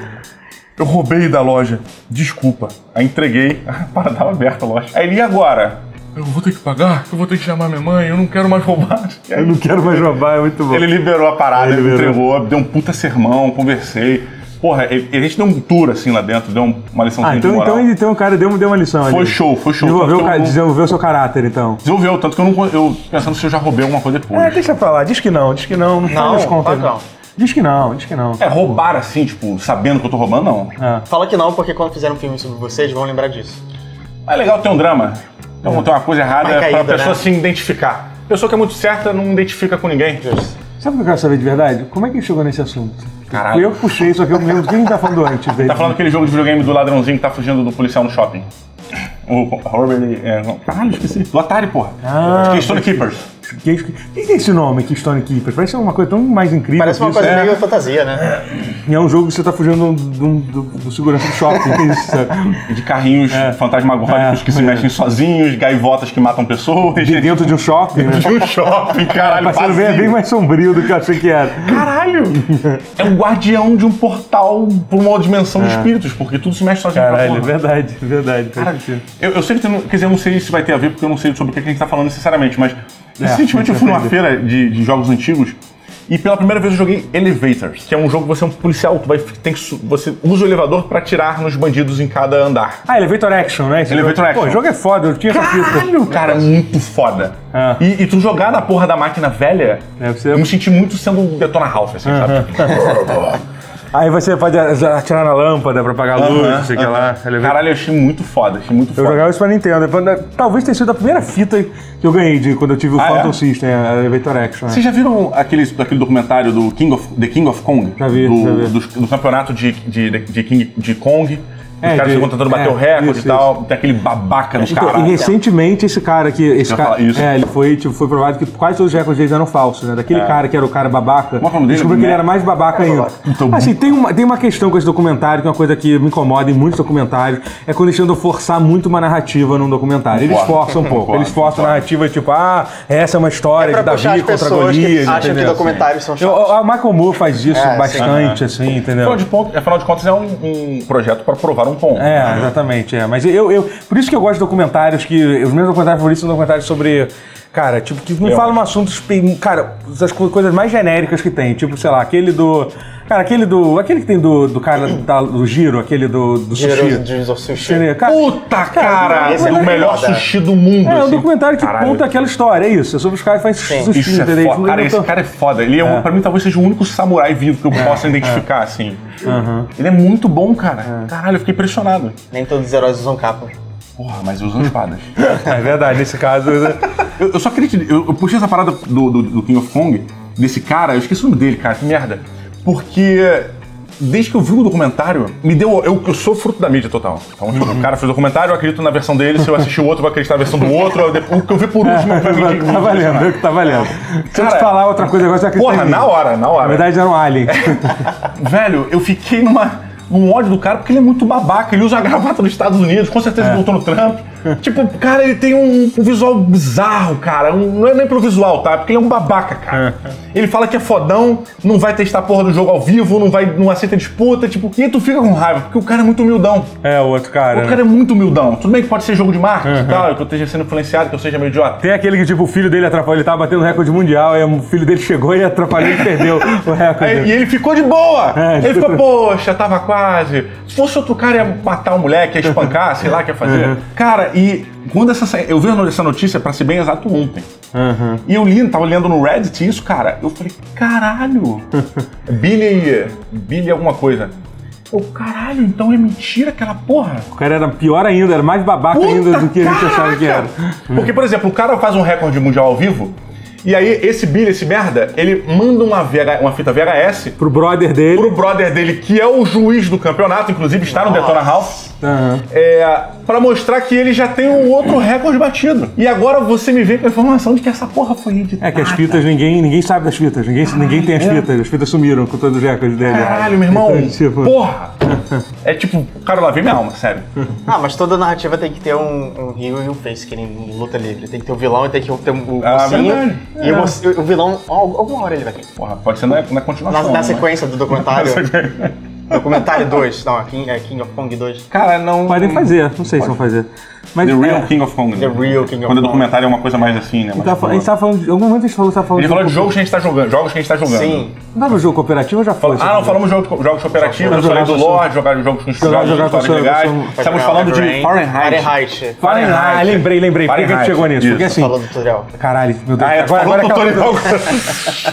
B: eu roubei da loja. Desculpa. Aí entreguei. A parada tava aberta a loja. Aí ele, e agora? Eu vou ter que pagar? Eu vou ter que chamar minha mãe? Eu não quero mais roubar. E aí
A: Eu não quero mais roubar, é muito bom.
B: ele liberou a parada,
A: Ele
B: ele,
A: liberou.
B: entregou, deu um puta sermão, conversei. Porra, ele, a gente deu um tour assim lá dentro, deu um- uma liçãozinha
A: Ah, então,
B: de moral.
A: então, então o cara deu, deu uma lição
B: Foi
A: ali.
B: show, foi show.
A: Desenvolveu, o
B: Tanto que
A: ca-
B: eu não-
A: desenvolveu o seu caráter, então.
B: Desenvolveu, tanto que eu não eu pensando se eu já roubei alguma coisa depois.
A: É, deixa pra lá, diz que não, diz que não, não, faz as contas.
C: claro que não.
A: Diz que não, diz que não.
B: É, roubar assim, tipo, sabendo que eu tô roubando, não.
A: É.
C: É. Fala que não, porque quando fizeram um filme sobre vocês, vão lembrar disso.
B: Mas é legal ter um drama. Então tem uma coisa errada
C: Vai caída,
B: pra pessoa
C: né?
B: se identificar. Pessoa que é muito certa não identifica com ninguém.
A: Sabe o que eu quero saber de verdade? Como é que ele chegou nesse assunto?
B: Caralho.
A: Fui Eu que puxei isso aqui, eu não lembro quem tá falando antes dele.
B: Tá falando aquele jogo de videogame do ladrãozinho que tá fugindo do policial no shopping. O Robert. É, não. caralho, esqueci. Do Atari, porra.
A: Ah,
B: Esqueci, Stone Keepers.
A: Quem, é quem tem esse nome aqui, Stone Keeper? Parece uma coisa tão mais incrível.
C: Parece uma
A: que isso.
C: coisa
A: é,
C: meio fantasia, né?
A: E é um jogo que você tá fugindo do, do, do segurança do shopping. que isso, sabe?
B: De carrinhos fantasmagóricos
A: É.
B: que se mexem sozinhos, gaivotas que matam pessoas.
A: De dentro de um shopping, né?
B: De um shopping, caralho,
A: Passando bem, é
B: vazio.
A: bem mais sombrio do que eu achei que era.
B: Caralho! É um guardião de um portal pra uma dimensão de espíritos, porque tudo se mexe
A: É.
B: sozinho
A: Caralho, é
B: pra porra.
A: verdade, é verdade. faz
B: Cara,
A: sentido.
B: eu, eu sei que tem, um- quer dizer, eu não sei se vai ter a ver, porque eu não sei sobre o que a gente tá falando necessariamente, mas
A: É,
B: recentemente eu fui numa feira de, de jogos antigos e pela primeira vez eu joguei Elevators, que é um jogo que você é um policial, tu vai, tem que, su- você usa o elevador pra atirar nos bandidos em cada andar.
A: Ah, Elevator Action, né? Esse
B: Elevator
A: jogo?
B: Action.
A: Pô, o jogo é foda, eu tinha essa fita.
B: Caralho, cara, é muito foda.
A: É.
B: E, e tu jogar na porra da máquina velha,
A: É, você-
B: eu me senti muito sendo um Detona Ralph, assim, sabe?
A: Aí você pode atirar na lâmpada pra apagar a luz, não sei o que lá. Elevator-
B: Caralho, eu achei muito foda, achei muito
A: Eu
B: foda.
A: jogava isso pra Nintendo. Talvez tenha sido a primeira fita que eu ganhei de quando eu tive o
B: Ah,
A: Phantom
B: é?
A: System, a Elevator Action. né?
B: Vocês já viram aquele, aquele documentário do King of, The King of Kong?
A: Já vi,
B: do,
A: já vi.
B: dos- Do, campeonato de, de, de, King, de Kong.
A: É,
B: os caras
A: de-
B: ficam tentando bater
A: é,
B: o recorde
A: isso,
B: e tal. Tem aquele babaca dos
A: Então, e
B: caras.
A: recentemente esse cara aqui, esse
B: Eu ia
A: cara,
B: falar é isso.
A: é, ele foi, tipo, foi provado que quase todos os recordes deles eram falsos, né? Daquele cara que era o cara babaca,
B: Como é o nome dele?
A: descobriu que ele era mais babaca ainda.
B: Então,
A: assim, tem uma, tem uma questão com esse documentário, que é uma coisa que me incomoda em muitos documentários, é quando eles tentam forçar muito uma narrativa num documentário. Eles
B: Concordo.
A: forçam um pouco,
B: Concordo,
A: eles forçam a narrativa tipo, ah, essa é uma história
C: É
A: de
C: pra puxar
A: Davi
C: as
A: contra
C: pessoas que
A: Golias,
C: acham que
A: entendeu?
C: documentários são
A: Eu,
C: chatos.
A: a Michael Moore faz isso
C: É, sim.
A: bastante, assim, entendeu?
B: Afinal Então, de, ponto- afinal de contas, é um, um projeto pra provar um ponto.
A: É, exatamente, é. Mas eu, eu. Por isso que eu gosto de documentários que. Os meus documentários favoritos são documentários sobre. Cara, tipo, que não
B: Eu
A: falam assuntos. pe- Cara, as co- coisas mais genéricas que tem. Tipo, sei lá, aquele do. Cara, aquele do. Aquele que tem do, do cara da- do giro, aquele do, do
C: Generoso
A: sushi.
C: de sushi.
A: Entendeu? Cara,
B: Puta cara!
C: esse é
B: o
C: muito
B: melhor
C: foda.
B: sushi do mundo.
A: é um
B: assim.
A: documentário que
B: Caralho.
A: conta aquela história, é isso. É sobre os caras que fazem sushi,
B: Isso
A: entendeu?
B: é foda. Cara, esse cara é foda. Ele é, um- pra mim talvez seja o único samurai vivo que eu
A: É,
B: possa identificar, assim. Ele é muito bom,
A: É.
B: cara. Caralho, eu fiquei impressionado.
C: Nem todos os heróis usam capa.
B: Porra, mas usam espadas.
A: É verdade, nesse caso.
B: eu, eu só queria te. Eu, eu puxei essa parada do, do- do King of Kong, desse cara, eu esqueci o nome dele, cara, que merda. Porque. Desde que eu vi o documentário, me deu. Eu, eu sou fruto da mídia total. Então, tipo,
A: Uhum.
B: o cara fez o documentário, eu acredito na versão dele, se eu assistir o outro, eu vou acreditar na versão do outro. eu- O que eu vi por último vai me
A: tá valendo, é o que tá valendo. Se eu te
B: Cara,
A: falar outra coisa agora, você acredita.
B: Porra,
A: em mim.
B: na hora, na hora.
A: Na verdade era um alien.
B: Velho, eu fiquei numa. um ódio do cara porque ele é muito babaca. Ele usa a gravata dos Estados Unidos, com certeza voltou no Trump. tipo, cara, ele tem um, um visual bizarro, cara. Um- não é nem pelo visual, tá? Porque ele é um babaca, cara. Ele fala que é fodão, não vai testar a porra do jogo ao vivo, não vai, não aceita disputa, tipo, e aí tu fica com raiva, porque o cara é muito humildão.
A: É, o outro cara.
B: O
A: né?
B: cara é muito humildão. Tudo bem que pode ser jogo de marketing e tal, que eu esteja sendo influenciado, que eu seja meio idiota.
A: Tem aquele que, tipo, o filho dele atrapalhou, ele tava batendo recorde mundial, aí o filho dele chegou e atrapalhou e perdeu o recorde.
B: Aí- e ele ficou de boa.
A: É,
B: ele
A: ficou
B: ficou, poxa, tava quase. Se fosse outro cara, ia matar o moleque, ia espancar, sei lá, quer fazer.
A: Uhum.
B: Cara, e quando essa. sa- Eu vi essa notícia, pra ser bem exato, ontem.
A: Uhum.
B: E eu li, tava lendo no Reddit isso, cara. Eu falei, caralho. Billy. Billy alguma coisa. Ô, caralho, então é mentira aquela porra?
A: O cara era pior ainda, era mais babaca ainda do que a gente achava que era.
B: caraca! Porque, por exemplo, o cara faz um recorde mundial ao vivo, e aí esse Billy, esse merda, ele manda uma, VH, uma fita VHS
A: Pro brother dele.
B: pro brother dele, que é o juiz do campeonato, inclusive está no Detona House,
A: Aham.
B: é, para mostrar que ele já tem um outro recorde batido. E agora você me vem com a informação de que essa porra foi editada.
A: É que as fitas, ninguém, ninguém sabe das fitas, ninguém, ninguém tem as fitas, as fitas sumiram com todos os recordes dele.
B: É. Caralho, meu irmão.
A: Então, tipo,
B: Porra! É tipo, cara, lá vem minha alma, sério.
C: Ah, mas toda narrativa tem que ter um, um heel e um face, que nem em luta livre. Tem que ter o vilão e tem que ter o um,
B: Ah,
C: mocinho.
B: verdade.
C: e o, moci- o vilão, al- alguma hora ele vai ter.
B: Porra, pode ser na, na
C: Na,
B: continuação.
C: na
B: né?
C: sequência do documentário. documentário 2. Não, é King, é King of Kong 2.
B: Cara, não.
A: Podem fazer, não sei se vão fazer. Mas
B: The Real
A: é, tá
B: King of Kong. né?
C: The Real King of
B: Quando o
C: Kong.
B: documentário é uma coisa mais assim, né?
A: a gente tava- a gente tava falando, de, em algum momento a gente falou, tava falando
B: Ele falou de jogos que a gente tá jogando, jogos que a gente tá jogando.
C: Sim.
A: Não tava no jogo cooperativo ou já foi?
B: Ah, não, falamos de jogo- jogos cooperativos, eu
A: Jogar
B: falei do
A: com
B: Lorde, jogar jogos com histórias
A: jogar com
B: histórias
A: seu-
B: legais.
A: com seu-
B: Estamos falando de Fahrenheit.
C: Fahrenheit.
A: Ah, lembrei, lembrei. Por que a gente
B: Fahrenheit,
A: chegou nisso?
B: isso.
A: Porque assim.
C: Falou do tutorial.
A: Caralho, meu Deus.
B: Ah, é,
A: agora, agora
B: falou
A: acabou-
B: tutorial.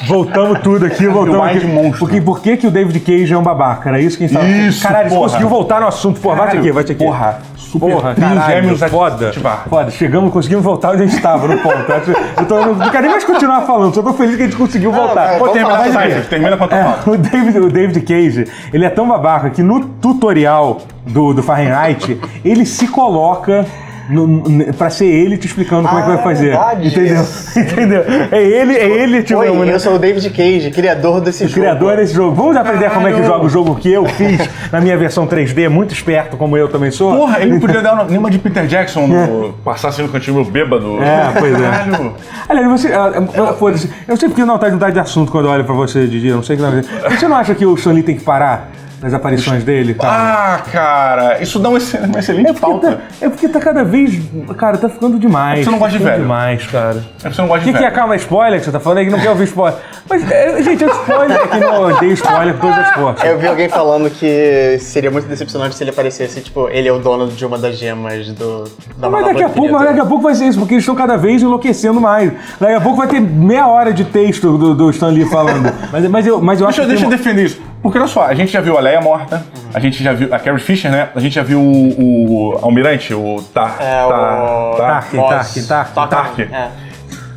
A: Voltamos tudo aqui, voltamos
B: Mind
A: aqui.
B: Monstro.
A: Porque, por que, que o David Cage é um babaca? Era isso que a gente tava
B: Isso,
A: Caralho,
B: porra.
A: conseguiu voltar no assunto. Porra, vai
B: Caralho,
A: aqui, vai aqui.
B: porra, super
A: porra,
B: trio
A: caralho,
B: gêmeos
A: foda.
B: ativar.
A: Foda, chegamos, conseguimos voltar onde a gente estava, no ponto. Eu tô- eu não quero nem mais continuar falando, só tô feliz que a gente conseguiu voltar.
C: cara,
A: Pô,
C: vamos
A: terminar
C: falar
A: de
B: Fahrenheit,
A: ver.
B: Termina quanto
A: É,
B: eu falo.
A: o David, o David Cage, ele é tão babaca que no tutorial do, do Fahrenheit, ele se coloca no, n- pra ser ele te explicando como é que vai
C: Ah,
A: fazer.
C: verdade.
A: Entendeu? Entendeu? É ele, é ele, tipo,
C: Oi,
A: é um-
C: eu sou o David Cage, criador desse jogo.
A: criador é desse jogo. Vamos aprender como é que joga o jogo que eu fiz na minha versão 3D, muito esperto como eu também sou.
B: Porra, ele não podia dar nenhuma de Peter Jackson no passar assim no cantinho meu bêbado.
A: É, pois é.
B: Caralho.
A: Aliás, você. ah, ah, ah, foda-se. Eu sempre tenho vontade de mudar de assunto quando eu olho pra você, Didi. Eu não sei o que não Você não acha que o Stanley tem que parar nas aparições dele? Cara?
B: Ah, cara, isso dá um excel- uma excelente
A: porque
B: pauta.
A: tá, é porque tá cada vez. Cara, tá ficando demais.
B: É que você não gosta de
A: Ficando
B: velho.
A: Demais, cara.
B: É porque você não gosta
A: O
B: de
A: que, que é
B: velho.
A: calma spoiler que você tá falando? É que não quer ouvir spoiler. Mas, é, gente, é spoiler aqui, não. Eu odeio spoiler por todas as forças.
C: Eu vi alguém falando que seria muito decepcionante se ele aparecesse, tipo, ele é o dono de uma das gemas do, da
A: Mas
C: manopla
A: daqui a
C: do
A: pouco, mas
C: infinito.
A: daqui a pouco vai ser isso, porque eles estão cada vez enlouquecendo mais. Daqui a pouco vai ter meia hora de texto do, do Stan Lee falando. Mas, mas eu, mas eu acho
B: Deixa, eu-
A: que.
B: deixa
A: tem
B: eu
A: uma-
B: defender isso. Porque olha só, a gente já viu a Leia morta, a gente já viu a Carrie Fisher, né? A gente já viu o, o Almirante, o Tar.
C: É,
B: Tar-
C: o-
B: Tar-
A: Tark,
C: Moss.
A: Tark, Tark.
B: Tark.
C: É,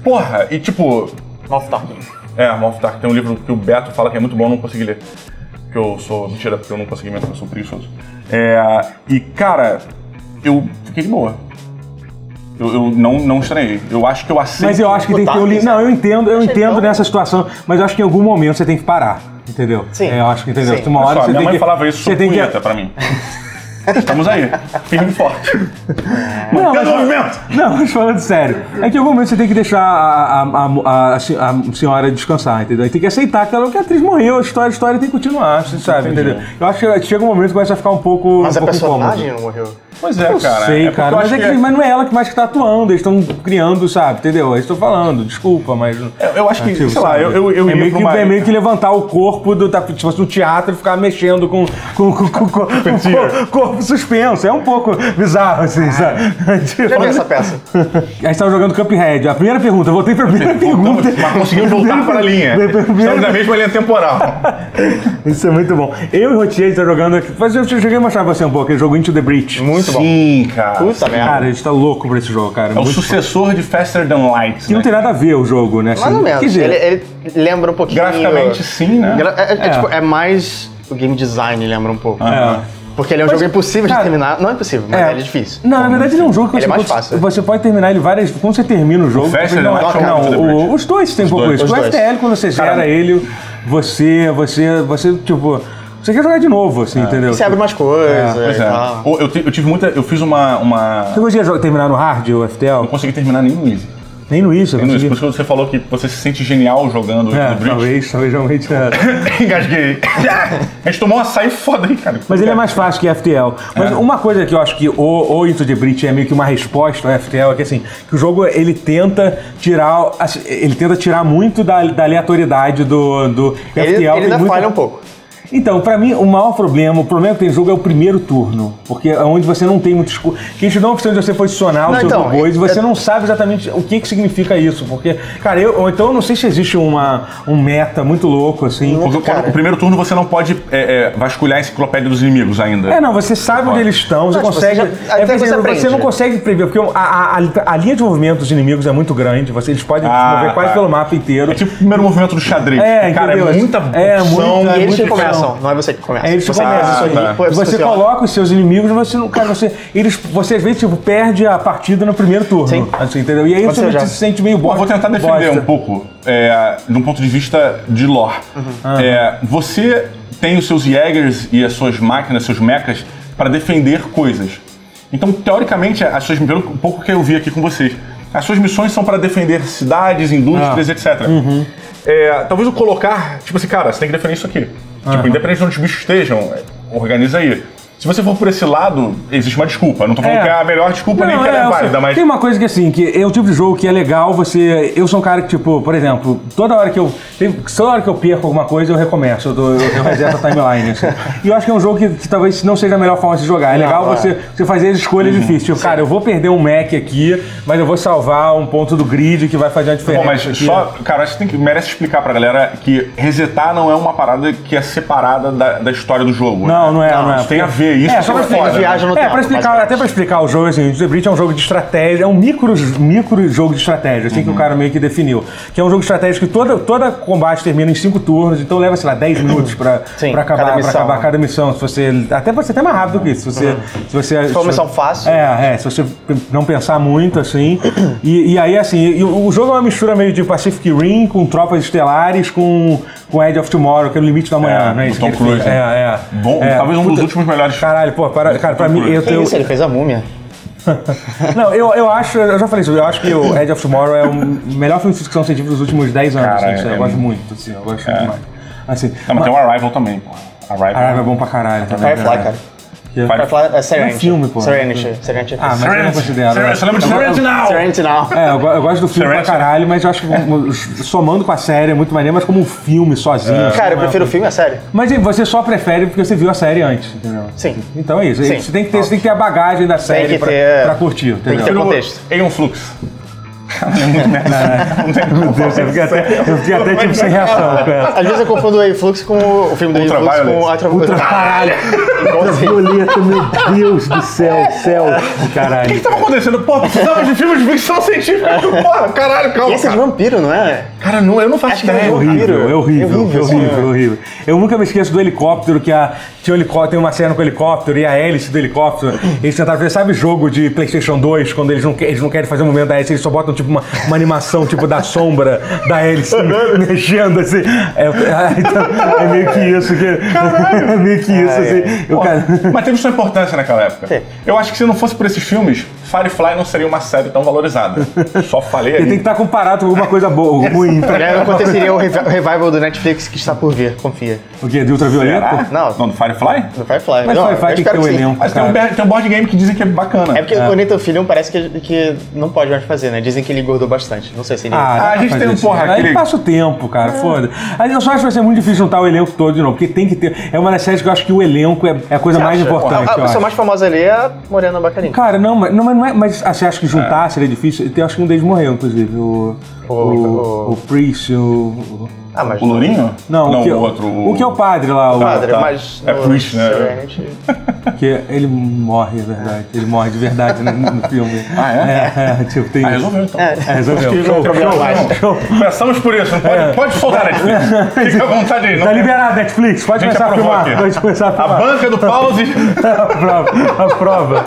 B: Porra, e tipo,
C: Moff Tarkin.
B: É, Moff Tark tem um livro que o Beto fala que é muito bom, eu não consegui ler. Porque eu sou. Mentira, porque eu não consegui mesmo, eu sou preguiçoso. É, e, cara, eu fiquei de boa. Eu, eu não, não estranhei. Eu acho que eu aceito.
A: Mas eu acho que tem que ter um limite. Não, eu entendo, eu
C: Achei
A: entendo
C: tão-
A: nessa situação, mas eu acho que em algum momento você tem que parar. Entendeu?
C: Sim.
A: É, Eu acho que entendeu.
C: Sim.
A: Uma
B: Olha
A: hora
B: só,
A: você
B: minha
A: tem
B: mãe
A: que,
B: falava isso
A: você
B: sobre
A: tem que,
B: punheta pra mim. Estamos aí, firme e forte.
A: Não,
B: Tem
A: mas-
B: movimento!
A: Não, mas falando sério. É que em algum momento você tem que deixar a, a- a- a- a senhora descansar, entendeu? E tem que aceitar que, ela, que a atriz morreu, a história, a história tem que continuar, você sabe, entendeu? Eu acho que chega um momento que começa a ficar um pouco.
C: Mas
A: um
C: a
A: pouco
C: personagem
A: incômodo.
C: não morreu.
B: Pois é,
A: Eu
B: cara.
A: sei,
B: é porque
A: cara,
B: eu
A: mas,
B: acho
A: é que,
B: que-
A: mas não é ela que mais que tá atuando, eles estão criando, sabe, entendeu? É Eu estou falando, desculpa, mas...
B: é, Eu- eu acho que,
A: Tipo,
B: sei lá,
A: sabe?
B: eu, eu, eu
A: é
B: ia
A: meio,
B: pra
A: que,
B: uma-
A: é meio que levantar o corpo do, da, tipo, assim, do teatro e ficar mexendo com com- com- com- com- com o cor- corpo suspenso. É um pouco bizarro, assim,
B: Ah,
A: sabe? Tipo,
C: Já vi essa peça.
A: Aí estava jogando Cuphead. A primeira pergunta, eu voltei pra primeira pergunta.
B: Mas conseguimos voltar para a linha. Estamos na mesma linha temporal.
A: Isso é muito bom. Eu e o Rotier está jogando aqui. Mas eu cheguei a mostrar pra você um pouco, aquele jogo Into the Breach.
C: Muito bom.
B: Sim, cara.
C: Puta merda.
A: Cara, a gente tá louco pra esse jogo, cara.
B: É o
A: Muito-
B: sucessor de Faster Than Light.
A: Que não
B: Né?
A: tem nada a ver o jogo, né?
C: Mais ou
A: assim.
C: menos.
A: Quer dizer,
C: Ele, é- ele lembra um pouquinho.
B: Graficamente, sim, né?
C: Gra- É, é,
A: É.
C: tipo, é mais. O game design lembra um pouco.
A: é.
C: Porque ele é um jogo impossível
A: cara,
C: de terminar. Não é impossível, mas ele é difícil.
A: Não, na verdade ele é um jogo que
C: Ele
A: você,
C: é mais
A: pode-
C: fácil.
A: você pode terminar ele várias Quando você termina o jogo,
B: Fast,
A: você
B: ele é mais
A: não,
B: focado no
A: o-
B: Liberty.
A: os dois têm um pouco
B: dois,
A: isso.
C: os
A: O
C: dois.
A: FTL, quando você gera
B: Cara,
A: ele, você, você, você, tipo. Você quer jogar de novo, assim, entendeu?
C: Você abre umas coisas
B: Pois
C: e
B: é.
C: tal.
B: Ou Eu, ti- eu tive muita. Eu fiz uma. uma...
A: Você conseguia jogar- terminar no hard o
B: Não
A: FTL?
B: consegui terminar nem no Easy.
A: Nem no isso, eu
B: Uhum. Nem no Easy.
A: conseguia.
B: Por isso que você falou que você se sente genial jogando
A: É,
B: no Bridge.
A: talvez, talvez realmente. é.
B: Engasguei. A gente tomou um açaí foda aí, cara.
A: Mas ele é mais fácil que FTL. Mas
C: É.
A: uma coisa que eu acho que o, o Into the Breach é meio que uma resposta ao FTL é que assim, que o jogo ele tenta tirar, assim, ele tenta tirar muito da, da aleatoriedade do, do
C: Ele, ele
A: FTL. É tem
C: ainda
A: muita-
C: falha um pouco.
A: Então, pra mim, o maior problema, o problema que tem no jogo é o primeiro turno. Porque é onde você não tem muito escudo. Que eles te dão a opção de você posicionar os
C: Não,
A: seus
C: então,
A: robôs e
C: é-
A: você não sabe exatamente o que, que significa isso. Porque, cara, eu, ou então eu não sei se existe uma, um meta muito louco, assim.
B: Porque quando-
C: Cara.
B: o primeiro turno você não pode é, é, vasculhar a enciclopédia dos inimigos ainda.
A: É, não, você sabe onde eles estão, você
C: Não, tipo,
A: consegue.
C: você já-
A: é
C: até
A: porque
C: você aprende,
A: não
C: né?
A: consegue prever, porque a, a- a- a linha de movimento dos inimigos é muito grande, você, eles podem se
B: Ah,
A: mover quase
B: tá.
A: pelo mapa inteiro.
B: É tipo o primeiro movimento do xadrez.
A: É,
B: cara,
A: entendeu?
B: é muita
A: É,
B: opção,
A: muita-
C: E eles
A: muito
C: que
A: opção.
C: começam, não é você que começa.
A: É eles que
C: você "Ah, tipo,
A: começam,
C: assim, faz isso aí,
B: tá.
C: depois
A: você
C: olha.
A: coloca os seus inimigos, você não. Cara, você. Eles, você às vezes tipo, perde a partida no primeiro turno.
C: Sim.
A: Assim, entendeu? E aí
C: Pode
A: você
C: ser já.
A: se sente meio
B: Bom,
A: bosta.
B: eu vou tentar defender
A: bosta.
B: um pouco, é, de um ponto de vista de lore.
A: Uhum.
B: É, você tem os seus Jaegers e as suas máquinas, seus mechas, para defender coisas. Então, teoricamente, as suas, pelo pouco que eu vi aqui com vocês, as suas missões são para defender cidades,
A: Ah.
B: indústrias, etc.
A: Uhum.
B: É, talvez eu colocar, tipo assim, cara, você tem que defender isso aqui. Tipo, independente de onde os bichos estejam, é, organiza aí. Se você for por esse lado, existe uma desculpa. Não tô falando
A: É.
B: que é a melhor desculpa, nem que ela é,
A: eu sei.
B: válida, mas...
A: Tem uma coisa que assim, que é o tipo de jogo que é legal você. Eu sou um cara que, tipo, por exemplo, toda hora que eu. tem- toda hora que eu perco alguma coisa, eu recomeço, eu, dou- eu, eu reseto a timeline. assim. E eu acho que é um jogo que, que talvez não seja a melhor forma de se jogar. É legal
C: é.
A: você, você fazer as
B: Uhum.
A: escolhas difíceis. Tipo, cara, eu vou perder um Mac aqui, mas eu vou salvar um ponto do grid que vai fazer uma diferença.
B: Bom, mas
A: aqui.
B: só, cara, acho que tem que merece explicar pra galera que resetar não é uma parada que é separada da, da história do jogo.
A: Não, não é, não,
C: Não,
A: é.
B: Isso tem a ver, isso
A: É, só pra
B: é
A: explicar.
B: foda.
C: viagem no
A: é,
C: tempo,
A: pra explicar,
C: basicamente.
A: até pra explicar o jogo, assim, o The Bridge é um jogo de estratégia, é um micro, micro jogo de estratégia, assim que o cara meio que definiu. Que é um jogo de estratégia que toda, toda combate termina em cinco turnos, então leva, sei lá, 10 minutos pra,
C: Sim,
A: pra, acabar,
C: cada
A: pra
C: missão.
A: acabar cada missão. Se você, até pode ser até mais rápido que isso. Se você. Se, você,
C: for uma
A: se-
C: missão fácil.
A: É, é, se você não pensar muito, assim. e, e aí, assim, e o, o jogo é uma mistura meio de Pacific Rim com tropas estelares, com, com Edge of Tomorrow, que é o limite da manhã,
B: É,
A: né?
B: do
A: Isso que
B: Tom
A: ele fez.
B: Cruise, né?
A: É, é.
B: Bom,
A: É,
B: talvez um dos
A: puta-
B: últimos melhores.
A: Caralho, pô, para, cara, pra mim, eu
C: Que
A: tenho.
C: isso, ele fez a múmia.
A: Não, eu, eu acho, eu já falei isso, eu acho que o Edge of Tomorrow é o melhor filme de ficção científica dos últimos 10 anos.
B: Cara,
A: assim,
B: é-
A: eu gosto muito, assim, eu gosto demais. Assim,
B: Não, mas tem o Arrival também, pô. Arrival.
A: Caralho, é bom pra caralho também.
C: Firefly, cara.
A: Que-
C: Firefly é Serenity.
A: filme, pô.
C: Serenity. Serenity.
A: Ah, mas eu não
B: Serenity,
A: considero.
B: Serenity, eu lembro de
A: Eu- eu-
B: Serenity Now!
C: Serenity não.
A: É, eu, go- eu gosto do filme pra
B: Serenity.
A: caralho, mas eu acho que como- somando com a série é muito maneiro, mas como um filme sozinho. assim,
C: Cara, eu
A: não é-
C: prefiro o filme, é sério.
A: Mas e, você só prefere porque você viu a série antes, entendeu?
C: Sim.
A: Então é isso.
C: Sim.
A: Você tem que ter, você tem que ter a bagagem da série
C: que
A: pra,
C: ter- é.
A: pra curtir, entendeu?
C: que ter-
B: Pelo-
C: contexto.
B: Em um fluxo. É muito merda. Não tem
A: Meu Deus, eu fiquei até, eu fiquei até tipo sem reação, cara.
C: Às vezes eu confundo o Influx com o o filme do Influx
B: Ultraviolet.
C: com o Ultra...
A: Caralho,
C: Igual assim.
A: violeta, meu Deus do céu, céu.
B: O que
A: Caralho.
B: tava acontecendo? Pô, precisamos de filmes de ficção científica. Porra, caralho,
C: E
B: calma.
C: esse é de
B: Cara,
C: vampiro, não é?
B: Cara, não, eu não faço
C: Acho que é
B: ideia.
A: É horrível, é horrível, é horrível,
C: Horrível,
A: horrível,
C: horrível.
A: Eu nunca me esqueço do helicóptero, que a, tinha um helicóptero, tem uma cena com o helicóptero e a hélice do helicóptero. Eles tentaram fazer, sabe jogo de Playstation 2, quando eles não, que- eles não querem fazer o momento da hélice, eles só botam tipo uma, uma animação tipo da sombra da hélice mexendo assim. É, é, então, é meio que isso, que, é meio que isso, assim. Eu,
B: Pô,
A: cara,
B: Mas teve sua importância naquela época.
C: Teve.
B: Eu acho que se não fosse por esses filmes, Firefly não seria uma série tão valorizada. Só falei
A: Ele tem que
B: ali.
A: estar comparado com alguma coisa boa, ruim. tá? Pra...
C: Aliás, aconteceria o revi- revival do Netflix que está por vir, confia.
A: O quê? De ultravioleta?
B: Será?
C: Não.
B: Não, do Firefly?
C: Do Firefly.
A: Mas
C: Não,
A: Firefly tem que
C: eu
A: ter
C: espero
A: um
C: sim.
A: elenco,
B: Mas tem um,
A: cara.
B: be- tem um board game que dizem que é bacana.
C: É porque o Neto Filho parece que, que não pode mais fazer, né? Dizem que ele engordou bastante. Não sei se ele.
A: Ah, dá
B: a
A: pra
B: gente
A: fazer
B: tem um
A: isso,
B: porra
A: cara. Aí
B: aquele-
A: passa o tempo, cara, foda. Aí eu só acho que vai ser muito difícil juntar o elenco todo de novo, porque tem que ter. É uma das séries que eu acho que o elenco é, é a coisa mais
C: acha?
A: importante.
B: ah,
C: a
A: eu
C: pessoa
A: acho.
C: mais famosa ali é a Morena Bacarim.
A: Cara, não, mas não, mas não é. Mas ah, você acha que juntar seria difícil? Eu acho que um deles morreu, inclusive. O. O,
C: O-
A: o,
C: o-
A: Priest, o. o-
C: Ah, mas.
B: O Lourinho?
A: Não, o, que,
B: o outro.
A: o que é o padre lá, o,
C: Padre,
B: tá.
C: mas.
B: É
C: no
B: Priest, né?
C: Serenity-
A: que ele morre, é verdade. Ele morre de verdade no, no filme.
B: Ah, é?
A: É, é, tipo, tem
B: Ah,
A: isso.
B: resolveu então.
A: É, resolveu.
C: Acho que não
A: Show,
C: tem problema
A: show,
C: mais.
A: show.
B: Começamos por isso, não pode, pode soltar Netflix. Fica à vontade aí. Não...
A: Tá liberado, Netflix. Pode
B: A gente
A: começar a
B: aprovou
A: filmar.
B: aqui.
A: Pode começar a
B: A
A: filmar.
B: banca do pause.
A: prova. A prova.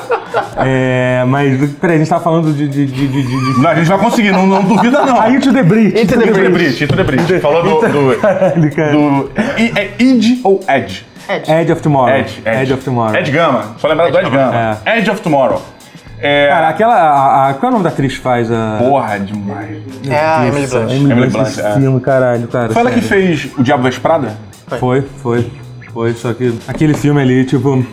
A: É, mas, peraí, a gente tava falando de. de, de, de, de, de...
B: não, a gente vai conseguir, não, não duvida não.
A: A Into the Breach.
C: Into the
B: Tito
C: Breach.
B: Debris, Tito Debris. Falou do. do,
A: Caralho, cara.
B: do- é, é id ou ed?
C: Ed.
A: Edge of Tomorrow.
B: Ed, Ed.
A: of Tomorrow.
B: Ed Gama. Só lembrar do Ed Gama. Edge of Tomorrow. É,
A: Cara, aquela. a- a- qual é o nome da atriz que faz a.
B: porra, demais.
C: É a Emily
A: Nossa,
C: Blunt.
A: Emily
B: Emily
A: Blunt,
B: Blunt,
A: esse
B: é.
A: filme, caralho, cara.
B: Foi ela que
A: sério.
B: fez O Diabo Veste Prada?
A: Foi, foi. Foi, só que aquele filme ali, tipo.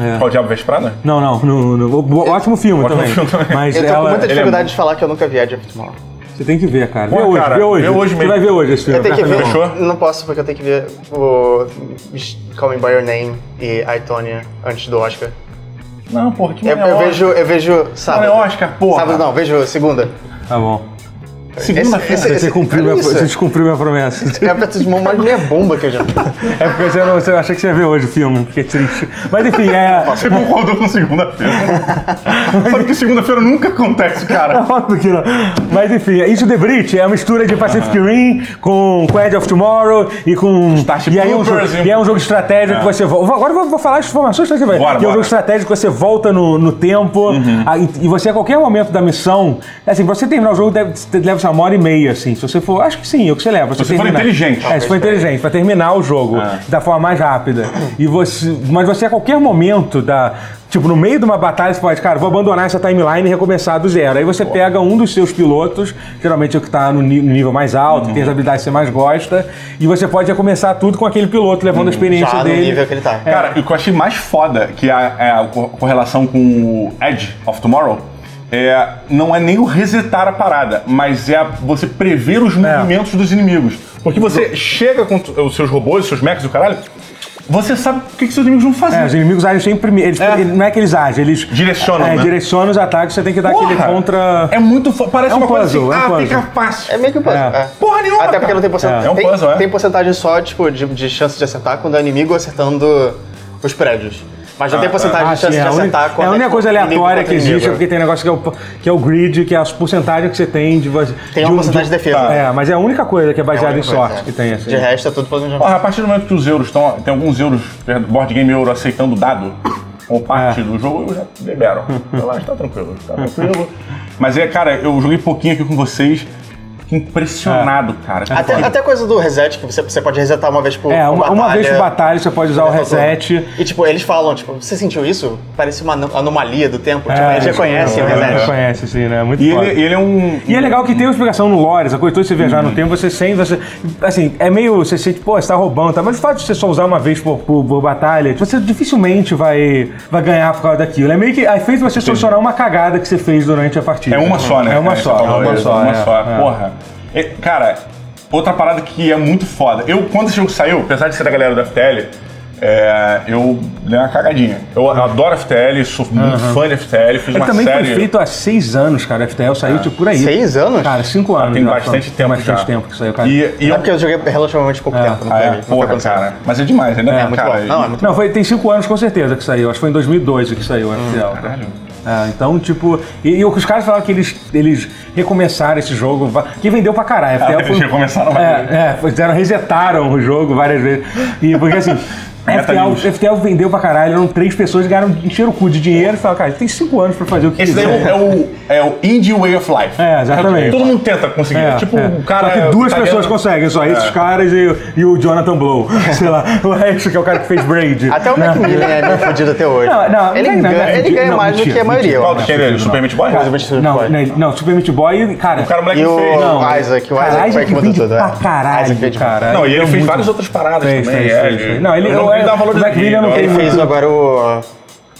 A: É.
B: Qual O Diabo Veste Prada?
A: Não, não, não, não. Ó- ótimo filme
B: Ótimo
A: também.
B: filme também.
A: Mas
C: Eu tô com
A: ela.
C: muita
B: ele é
C: dificuldade de falar que eu nunca vi Edge of Tomorrow.
A: Você tem que ver, cara.
B: Pô,
A: vê hoje,
B: cara,
A: vê hoje.
B: vê hoje
A: Você
B: mesmo.
A: vai ver hoje esse filme.
C: Eu tenho que
A: cara,
C: ver.
A: não.
B: Fechou?
C: Não posso, porque eu tenho que ver o Call Me By Your Name e I, Tonya antes do Oscar.
B: Não, porra, que
A: é
C: Eu,
B: mulher
C: eu
B: ótima.
C: vejo, eu vejo sábado.
B: Não é Oscar, porra.
C: Sábado não, vejo segunda.
A: Tá bom.
B: Segunda-feira.
C: Esse-
A: Você, cumpriu
C: olha
A: minha,
C: isso.
A: você descumpriu minha promessa.
C: É pra tu desmão mais meia bomba que eu já. tá
A: É porque você, não- você achei que você ia ver hoje o filme, que é triste. Mas enfim, é.
B: Você concordou com segunda-feira. Sabe que segunda-feira nunca acontece, cara.
A: Óbvio que um não. Mas enfim, isso The Bridge é uma mistura de Pacific Rim com com Edge of Tomorrow e com.
B: Starship
A: e, aí é um jogo,
B: Troopers, hein?
A: e é um jogo estratégico que você volta. Agora eu vou- vou falar as informações que você vai. e
B: Bora, Uhum.
A: é um
B: bora.
A: jogo estratégico que você volta no, no tempo a- e, e você, a qualquer momento da missão. Assim, pra você terminar o jogo deve, leva assim, uma hora e meia, assim. Se você for. Acho que sim, é o que você leva. Se
B: você for
A: terminar.
B: inteligente.
A: É, se for inteligente, pra terminar o jogo
B: Ah.
A: da forma mais rápida. E você, mas você a qualquer momento da, tipo no meio de uma batalha você pode, cara, vou abandonar essa timeline e recomeçar do zero. Aí você pega um dos seus pilotos, geralmente é o que tá no ni- no nível mais
B: Uhum.
A: alto, que tem as habilidades que você mais gosta, e você pode recomeçar tudo com aquele piloto
B: Uhum.
A: levando a experiência
C: Já no
A: dele.
C: nível que ele
A: É.
C: tá.
B: Cara, e o que eu achei mais foda, que é a, é a co- correlação com o Edge of Tomorrow, é, não é nem o resetar a parada, mas é a- você prever os
A: É.
B: movimentos dos inimigos. Porque você chega com t- os seus robôs, os seus mechas e o caralho, você sabe o que, que seus inimigos vão fazer.
A: É, os inimigos agem sempre primeiro. Eles,
B: É.
A: ele- Não é que eles agem, eles
B: Direcionam,
A: é,
B: né?
A: direcionam os ataques, você tem que dar
B: Porra!
A: tá aquele contra.
B: É muito fo- Parece
A: É um
B: uma
A: puzzle,
B: coisa
A: é
B: assim,
A: um
B: ah,
A: puzzle.
B: fica fácil.
C: É meio que um puzzle.
A: É.
C: é.
B: Porra nenhuma,
C: Até porque
B: cara.
C: não tem porcentagem.
B: É um
C: tem,
B: puzzle, é.
C: tem porcentagem só, tipo, de, de chance de acertar quando é inimigo acertando os prédios. Mas não tem porcentagem
A: Ah,
C: de
A: sim,
C: chance
A: é,
C: de
A: a única,
C: acertar
A: é
C: quando
A: a única coisa
C: inimigo
A: aleatória
C: contra
A: que existe, é
C: inimigo.
A: porque tem negócio que é, o, que é o grid, que é as porcentagens que você tem de. vo-
C: Tem
A: de
C: uma porcentagem de defesa.
A: É, mas é a única coisa que é
C: É a
A: baseada
C: única
A: em
C: coisa,
A: sorte
C: é.
A: que tem, assim.
C: De resto, é tudo planejamento.
B: Porra, a partir do momento que os euros estão. Tem alguns euros, perdão, board game euro aceitando dado como parte
A: É.
B: do jogo, eu já libero. Eu acho que tá tranquilo, tá tranquilo. Mas é, cara, eu joguei pouquinho aqui com vocês. Fiquei Impressionado, cara.
C: Até, até coisa do reset, que você, você pode resetar uma vez tipo, por
A: É, uma,
C: por
A: uma vez por batalha você pode usar o reset.
C: E tipo, eles falam, tipo, você sentiu isso? Parece uma ano- anomalia do tempo. tipo,
A: É,
C: eles reconhecem o
A: é,
C: reset.
A: Reconhece, sim, né? Muito
B: E
A: foda.
B: ele, ele é um.
A: E é legal que tem uma explicação no lore, essa coisa toda de você viajar
B: Uhum.
A: no tempo, você sente, você, assim, é meio, você sente, pô, você tá roubando, tá? mas o fato de você só usar uma vez por, por- por batalha, você dificilmente vai, vai ganhar por causa daquilo. É meio que, aí fez você solucionar uma cagada que você fez durante a partida.
B: É uma só, né?
A: É uma
B: cara?
A: só,
B: Você
A: é
B: falou
A: uma
B: isso,
A: só.
B: Uma
A: é,
B: só.
A: é.
B: Porra. É, cara, outra parada que é muito foda. Eu, quando esse jogo saiu, apesar de ser da galera do FTL, é, eu dei uma cagadinha. Eu adoro FTL, sou muito fã de FTL, fiz
A: Ele
B: uma
A: também
B: série.
A: foi feito há seis anos, cara. FTL saiu tipo, por aí.
C: Seis anos?
A: Cara, cinco anos.
B: Tem
A: já,
B: bastante
A: foi.
B: tempo
A: Tem bastante
B: já.
A: tempo que saiu, cara.
B: E, e
C: É
B: eu.
C: porque eu joguei relativamente pouco tempo. Não
B: Ah,
C: foi,
B: é,
C: não foi
B: porra,
C: quando saiu.
B: cara. Mas é demais, né?
C: É muito
B: cara,
C: bom. Não, é
B: e-
C: muito
A: Não, foi, tem cinco anos com certeza que saiu. Acho que foi em 2002 que saiu o FTL. tá?
B: Hum, Caralho.
A: É, então, tipo, e, e o que os caras falaram que eles, eles recomeçaram esse jogo, va- que vendeu pra caralho. FTL
B: eles recomeçaram várias vezes.
A: um é, é, fizeram, resetaram o jogo várias vezes. E porque assim. FTL,
B: Metanews.
A: FTL vendeu pra caralho, eram três pessoas que ganharam, encheram o cu de dinheiro e falaram, cara, tem cinco anos pra fazer o que
B: Esse daí
A: quiser.
B: é o, é o- é o Indie Way of Life.
A: É, exatamente.
B: Todo mundo tenta conseguir.
A: É,
B: tipo,
A: é.
B: o cara.
A: Só que duas
B: italiano-
A: pessoas conseguem, só esses
B: É.
A: caras e, e o Jonathan Blow. Sei lá, o resto que é o cara que fez Braid.
C: Até o Macmillan é meio fudido até hoje.
A: Não, não,
C: ele
A: não, não,
C: ganha,
A: não,
C: ele ganha
A: não,
C: mais do
A: mentira,
C: que a maioria.
B: Qual
C: eu
B: do
C: acho.
B: que é ele? Super Meat Boy?
C: Mas o Manchester
A: Não,
C: United-
A: não, não, Super Meat Boy, cara.
B: O cara, o moleque
C: E o
B: feio.
A: Ah,
C: Isaac, o
A: cara,
C: Isaac foi que
A: Isaac
C: mudou
A: vende
C: tudo, é.
A: pra caralho,
C: Isaac vende pra
A: cara.
B: Não, e ele
A: Deu
B: fez
A: muito-
B: várias outras paradas
A: Fez,
B: também.
A: fez,
B: é,
A: fez,
B: ele-
A: fez. Não, ele-
B: eu
A: eu-
B: não, ele dá
A: eu-
B: valor
A: o Black Mirror não
B: eu-
A: tem-
C: Ele fez agora o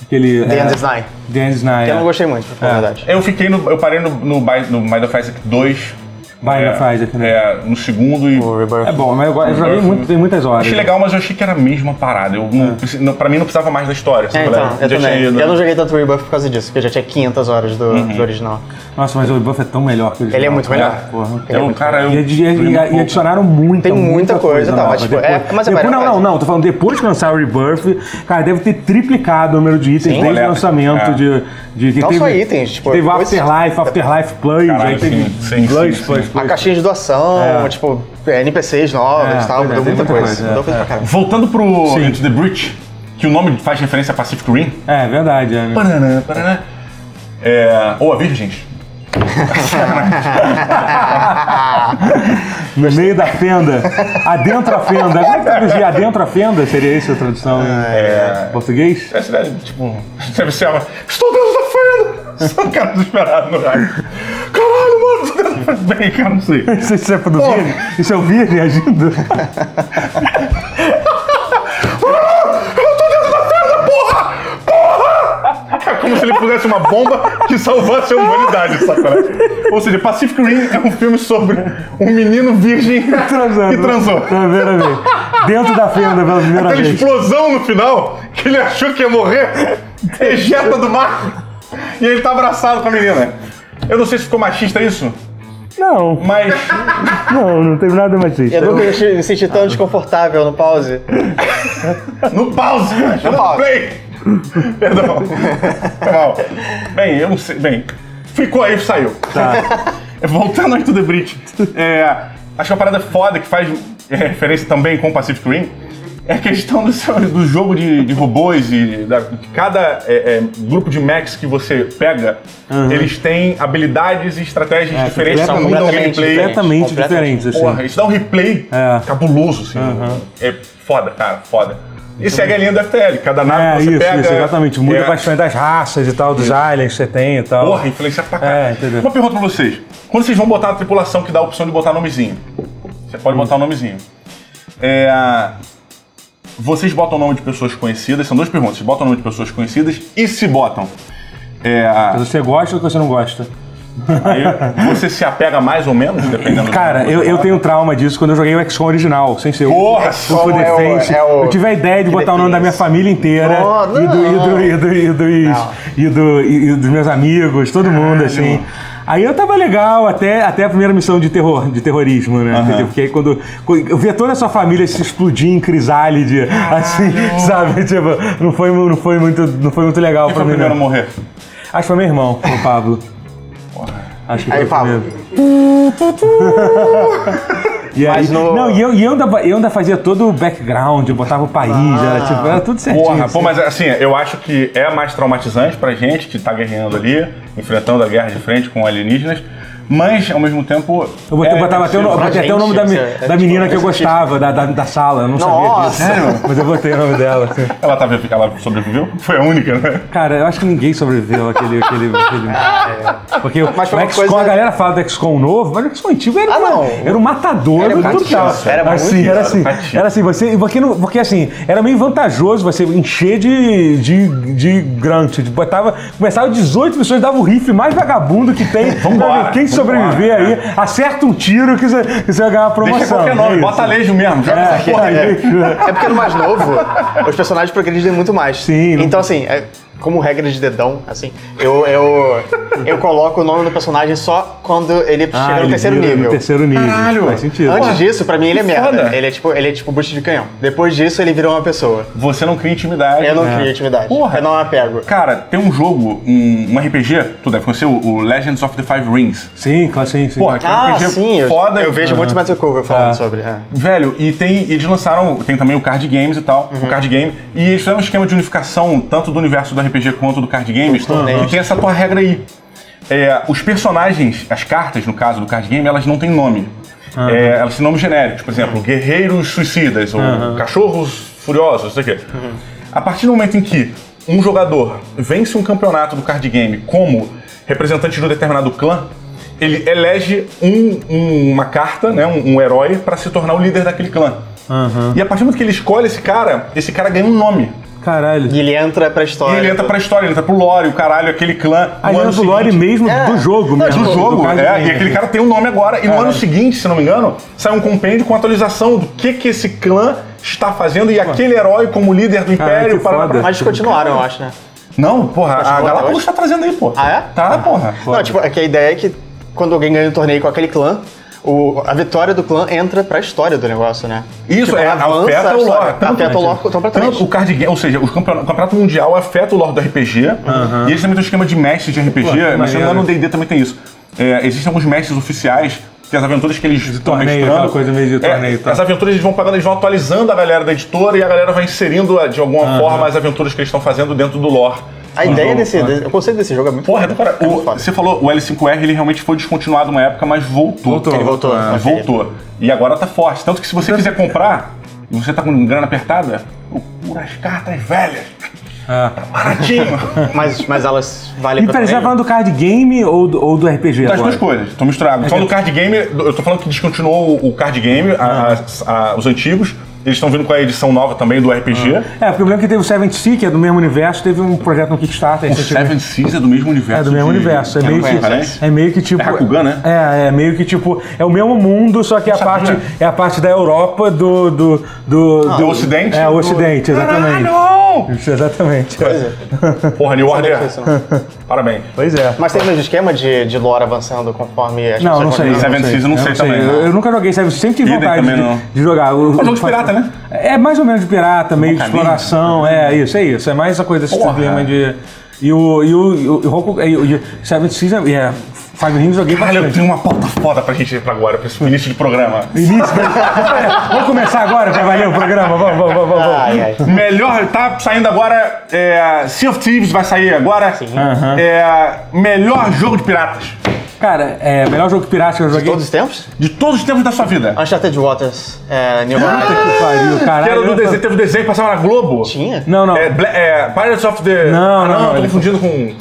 A: Aquele.
C: The
A: é,
C: Endless Nine.
A: The Endless Nine.
C: que Eu não
A: é.
C: gostei muito, pra falar a verdade.
B: Eu fiquei no. Eu parei no, no, Bi- no Mind of Isaac 2.
A: Bind
B: é,
A: of Isaac, né?
B: É, no segundo e.
C: O Rebirth.
A: É bom, mas eu, eu joguei muito, tem muitas horas.
C: é
B: Achei legal, mas eu achei que era a mesma parada. Eu
A: É.
B: não, preci- não- pra mim não precisava mais da história.
C: É,
B: sabe,
C: então,
B: galera?
C: eu
B: Já
C: também.
B: tinha ido.
A: né?
B: né?
C: Eu não joguei tanto Rebirth por causa disso, porque eu já tinha 500 horas do,
A: Uhum.
C: do original.
A: Nossa, mas o Buff é tão melhor que o
C: Ele é
A: original,
C: muito
A: cara.
C: melhor. é
A: Porra.
B: Eu, é, cara, eu.
A: E, adi- e- é e- e adicionaram muita,
C: Tem muita coisa, tá,
A: nova.
C: mas, tipo, é- mas
A: depois,
C: é melhor
A: não, não,
C: coisa.
A: não, tô falando depois que lançar o Rebirth, cara, deve ter triplicado o número de itens desde o
B: Olha,
A: lançamento
B: é.
A: de, de... que
C: Não só itens, tipo,
A: Teve o
C: depois-
A: Afterlife, Afterlife Plus,
B: Caralho,
A: aí teve
B: sim, sim,
A: Plus,
B: sim,
A: Plus,
B: sim.
C: A
A: Plus.
C: caixinha de doação, tipo, NPCs novas
A: É,
C: e
A: pois é,
C: tal, mudou
A: tem
C: muita
A: muita
C: coisa.
A: coisa,
C: Mudou
A: é,
C: coisa
A: é.
C: pra caramba.
B: Voltando pro Into the Breach, que o nome faz referência a Pacific Rim.
A: É, verdade, é. né?
B: Paraná, paraná. É, ou a Virgens.
A: No meio da fenda. Adentro a fenda. Como é que traduzir adentro a fenda? Seria isso a tradução em português?
B: Essa cidade, tipo, deve ser uma. Estou dentro da fenda! São caras desesperados no rádio. Caralho, mano, estou dentro da fenda. Bem, cara, não sei.
A: Isso, isso é do Vini? Isso é o Vini reagindo?
B: É como se ele pusesse uma bomba que salvasse a humanidade, sacanagem. Ou seja, Pacific Rim é um filme sobre um menino virgem
A: Transando.
B: que transou.
A: Pela primeira vez. Dentro da fenda pela primeira
B: Aquela
A: vez.
B: explosão no final, que ele achou que ia morrer, ejeta do mar. E ele tá abraçado com a menina. Eu não sei se ficou machista isso,
A: Não,
B: mas.
A: não, não teve nada machista.
B: É
C: Eu nunca me senti- me senti tão desconfortável no pause.
B: No pause! No
C: pause.
B: Play! Perdão. Foi mal. Bem, eu não sei. Bem, ficou aí, saiu. Voltando aí to The Bridge. É, acho que a parada foda que faz é, referência também com Pacific Rim é a questão do, seu- do jogo de, de robôs e da, de cada é, é, grupo de mechs que você pega, eles têm habilidades e estratégias diferentes que
A: completamente-
B: mudam o
C: completamente
B: gameplay.
A: Completamente
C: Completamente.
A: diferentes, assim.
B: Porra, isso dá um replay
A: É.
B: cabuloso, assim. É foda, cara, foda. E segue a linha do FTL, cada
A: É,
B: nave que você
A: isso,
B: pega...
A: isso, exatamente. Muda
B: é,
A: bastante das raças e tal, dos aliens que você tem e tal.
B: Porra, influencia pra caralho.
A: É, entendeu.
B: Uma pergunta pra vocês. Quando vocês vão botar na tripulação que dá a opção de botar nomezinho, você
A: Hum.
B: pode botar o nomezinho. É, vocês botam o nome de pessoas conhecidas, são duas perguntas. Vocês botam o nome de pessoas conhecidas e se botam. É,
A: Mas você gosta ou que você não gosta?
B: aí você se apega mais ou menos, dependendo do
A: Cara,
B: nome que
A: eu,
B: você
A: eu
B: bota?
A: tenho trauma disso quando eu joguei o XCOM original, sem ser o-
B: Porra,
A: o
B: só
A: Full
C: é o-
A: Defense.
C: é o-
A: eu tive a ideia de
C: que
A: botar o nome da minha
C: defende.
A: família inteira
C: Oh,
A: e, do, e, do,
C: não.
A: e, do, e, dos, e, do- e- e dos meus amigos, todo mundo, assim. Aí eu tava legal até, até a primeira missão de terror, de terrorismo, né? Entendeu? Porque aí quando, quando eu via toda a sua família se explodir em crisálide, assim, sabe? Tipo, não foi, mu- não foi, muito, não foi muito legal
B: Quem
A: pra
B: foi o
A: mim.
B: primeiro a
A: não.
B: morrer?
A: Acho que foi meu irmão, o Pablo. Acho que
C: Aí,
A: foi o
C: Pablo.
A: primeiro. E aí,
C: Mas no-
A: Não, e eu, e eu, ainda, eu ainda fazia todo o background, eu botava o país,
C: Ah.
A: era, tipo, era tudo certinho.
B: Porra, pô,
A: assim.
B: mas assim, eu acho que é mais traumatizante pra gente que tá guerreando ali, enfrentando a guerra de frente com alienígenas, mas ao mesmo tempo.
A: Eu botei,
B: é-
A: botava até, o, um no-
B: é-
A: eu botei até o nome da,
C: tipo, gente,
A: me-
C: isso é-
A: da
C: é
A: menina
C: tipo,
A: que eu
C: é científico.
A: gostava, da, da, da sala, eu não sabia disso.
C: Nossa. É,
A: Sério? Mas eu botei o nome dela. assim.
B: Ela, tá, ela sobreviveu? Foi a única, né?
A: Cara, eu acho que ninguém sobreviveu àquele. àquele, àquele...
B: Ah, é.
A: Porque o,
C: Mas foi uma
A: o XCOM,
C: coisa-
A: a galera fala do XCOM novo, mas o XCOM antigo era,
C: Ah,
A: uma-
C: não.
A: era um matador
C: Era
A: do
C: muito
A: total.
C: chato, era muito
A: assim, era assim,
B: chato, chatinho.
A: era assim, você. Porque, não- porque assim, era meio vantajoso você encher de, de, de grunt. De, botava, começava 18 pessoas, dava o riff mais vagabundo que tem.
B: Vambora,
A: quem
B: vambora,
A: sobreviver
B: cara.
A: aí, acerta um tiro que você, que você vai ganhar uma promoção.
B: Deixa qualquer nome,
A: é isso. É,
B: bota aleijo mesmo, joga essa porra aí.
A: Aí,
C: É porque no mais novo, os personagens progredem muito mais.
A: Sim, não-
C: Então, assim, é- como regra de dedão, assim, eu, eu, eu coloco o nome do personagem só quando ele
A: Ah,
C: chega
A: ele
C: no terceiro
A: vira no
C: nível.
A: terceiro nível.
B: Caralho.
A: Faz sentido.
C: Antes disso, pra mim, ele é
B: que
C: merda.
B: foda.
C: Ele é, tipo, ele é tipo bucho de canhão. Depois disso, ele virou uma pessoa.
B: Você não cria intimidade.
C: Eu não
A: É.
C: crio atividade.
B: Porra.
C: Eu não apego.
B: Cara, tem um jogo, um, um RPG, tu deve conhecer, o, o Legends of the Five Rings.
A: Sim, claro, sim, sim.
B: Porra, que é um
C: Ah,
B: RPG
C: sim, eu,
B: foda.
C: eu vejo muito mais o cover falando
A: Ah.
C: sobre. é.
B: Velho, e tem. Eles lançaram. Tem também o card games e tal. O card game. E eles fizeram um esquema de unificação, tanto do universo do RPG quanto do card games. E tem essa tua regra aí. É, os personagens, as cartas, no caso do card game, elas não têm nome. É, elas têm nomes genéricos, por exemplo, guerreiros suicidas, ou cachorros furiosos, não sei o quê. A partir do momento em que um jogador vence um campeonato do card game como representante de um determinado clã, ele elege um- um- uma carta, né, um, um herói, pra se tornar o líder daquele clã. E a partir do momento que ele escolhe esse cara, esse cara ganha um nome.
A: Caralho.
C: E ele entra pra história.
B: E ele entra pra história, ele entra pro lore, o caralho, aquele clã.
A: Aí
B: no
A: era
B: ano
A: do lore
B: seguinte-
A: mesmo
C: É.
A: do jogo,
C: Não,
A: mesmo.
B: do jogo,
A: caso
B: é,
A: mesmo.
B: e aquele cara tem um nome agora. E no ano seguinte, se não me engano, sai um compêndio com atualização do que que esse clã está fazendo e aquele herói como líder do
A: Caralho,
B: império.
A: que
B: parará,
A: foda.
B: parará.
C: Mas continuaram, eu acho, né?
B: Não, porra, a
C: boa, eu
B: Galápagos
C: acho.
B: tá trazendo aí, porra.
C: Ah, é?
B: Tá, porra.
C: Não, tipo, é que a ideia é que quando alguém ganha um torneio com aquele clã, o- a vitória do clã entra pra história do negócio, né?
B: Isso,
C: Tipo,
B: é,
C: avança a
B: afeta o
C: história,
B: lore. é
C: Afeta o lore completamente.
B: Tanto o card game, ou seja, o campeonato, o campeonato mundial afeta o lore do RPG. E eles também têm um esquema de mestres de
A: que
B: RPG, mas se não me
A: maneiro.
B: engano, no D&D também tem isso. É, existem alguns mestres oficiais que as aventuras que eles estão
A: torneio,
B: mestrando-
A: aquela coisa meio de
B: É,
A: torneio tá. e tal.
B: As aventuras eles vão pagando, eles vão atualizando a galera da editora e a galera vai inserindo ah, de alguma forma as aventuras que eles estão fazendo dentro do lore
C: A
B: do
C: ideia
B: jogo,
C: desse,
B: né?
C: desse- O conceito desse jogo é muito
B: Porra,
C: foda.
B: cara,
C: É
B: o-
C: muito foda.
B: você falou, o L5R ele realmente foi descontinuado uma época, mas voltou.
A: Voltou.
C: Ele voltou. né?
B: Ah, voltou. E agora tá forte. Tanto que se você quiser comprar, e você tá com grana apertada, procura as cartas velhas. Tá
A: É.
B: Baratinho.
C: assim. Mas, mas elas valem
A: E
C: pra
A: peraí, você tá
C: também?
A: falando do card game ou do, ou do RPG
B: Das
A: agora?
B: Tá duas coisas, tô misturado. Tô falando do card game, eu tô falando que descontinuou o card game, a-
A: É.
B: a- a- os antigos. Eles estão vindo com a edição nova também do RPG.
A: É, porque eu lembro que teve o Seven Sea, que é do mesmo universo, teve um projeto no Kickstarter.
B: O Seven Seas é do mesmo universo.
A: É do mesmo
B: de-
A: universo. É
B: de
A: meio,
B: Parece.
A: que, é meio que tipo.
B: É Rakugan, né?
A: É, é meio que tipo. É o mesmo mundo, só que a parte, é a parte da Europa do. Do, do,
B: do Ah, Ocidente?
A: É, o Ocidente, exatamente.
B: Caralho!
A: Isso, exatamente. é.
B: Porra, New Order.
C: Não sei se não.
B: Parabéns.
A: Pois é.
C: né? Mas tem o mesmo esquema de, de lore avançando conforme as
A: Não,
C: pessoas
A: não
C: vão
A: sei.
C: jogando?
B: Seven Seas eu não sei também,
A: Eu,
B: não.
A: eu nunca joguei Seven Seas, sempre tive
B: Eden
A: vontade de,
B: também não.
A: de jogar. O,
B: um jogo de pirata, né?
A: É mais ou menos de pirata, meio de
B: Boca livre.
A: exploração, é isso, é isso. É mais essa coisa, esse
B: Porra.
A: problema de. E o. E o, e o, e o, Roku- e o, e o Seven Seas, é. é, Five Rings eu joguei
B: Caralho, eu
A: bastante.
B: tenho uma pauta foda pra gente ir pra agora, pra esse início de programa.
A: Início, né? Vamos começar agora pra valer o programa. Vamos, vamos, vamos. vamos.
C: Ai, ai.
B: Melhor, tá saindo agora. É, sea of Thieves vai sair agora.
A: Aham.
B: É, melhor jogo de piratas
A: Cara, é, melhor jogo pirata que eu joguei.
C: Todos os tempos?
B: de todos os tempos da sua vida.
A: Ah,
C: Uncharted Waters, é, New
A: Puta
C: Horizons.
A: que pariu,
B: Que
A: caralho.
B: era do desenho, teve o desenho que passava na Globo.
C: Tinha?
A: Não, não.
B: É, Bla- é, Pirates of the.
A: Não,
B: Ah,
A: não,
B: tô
A: ele-
B: confundindo com.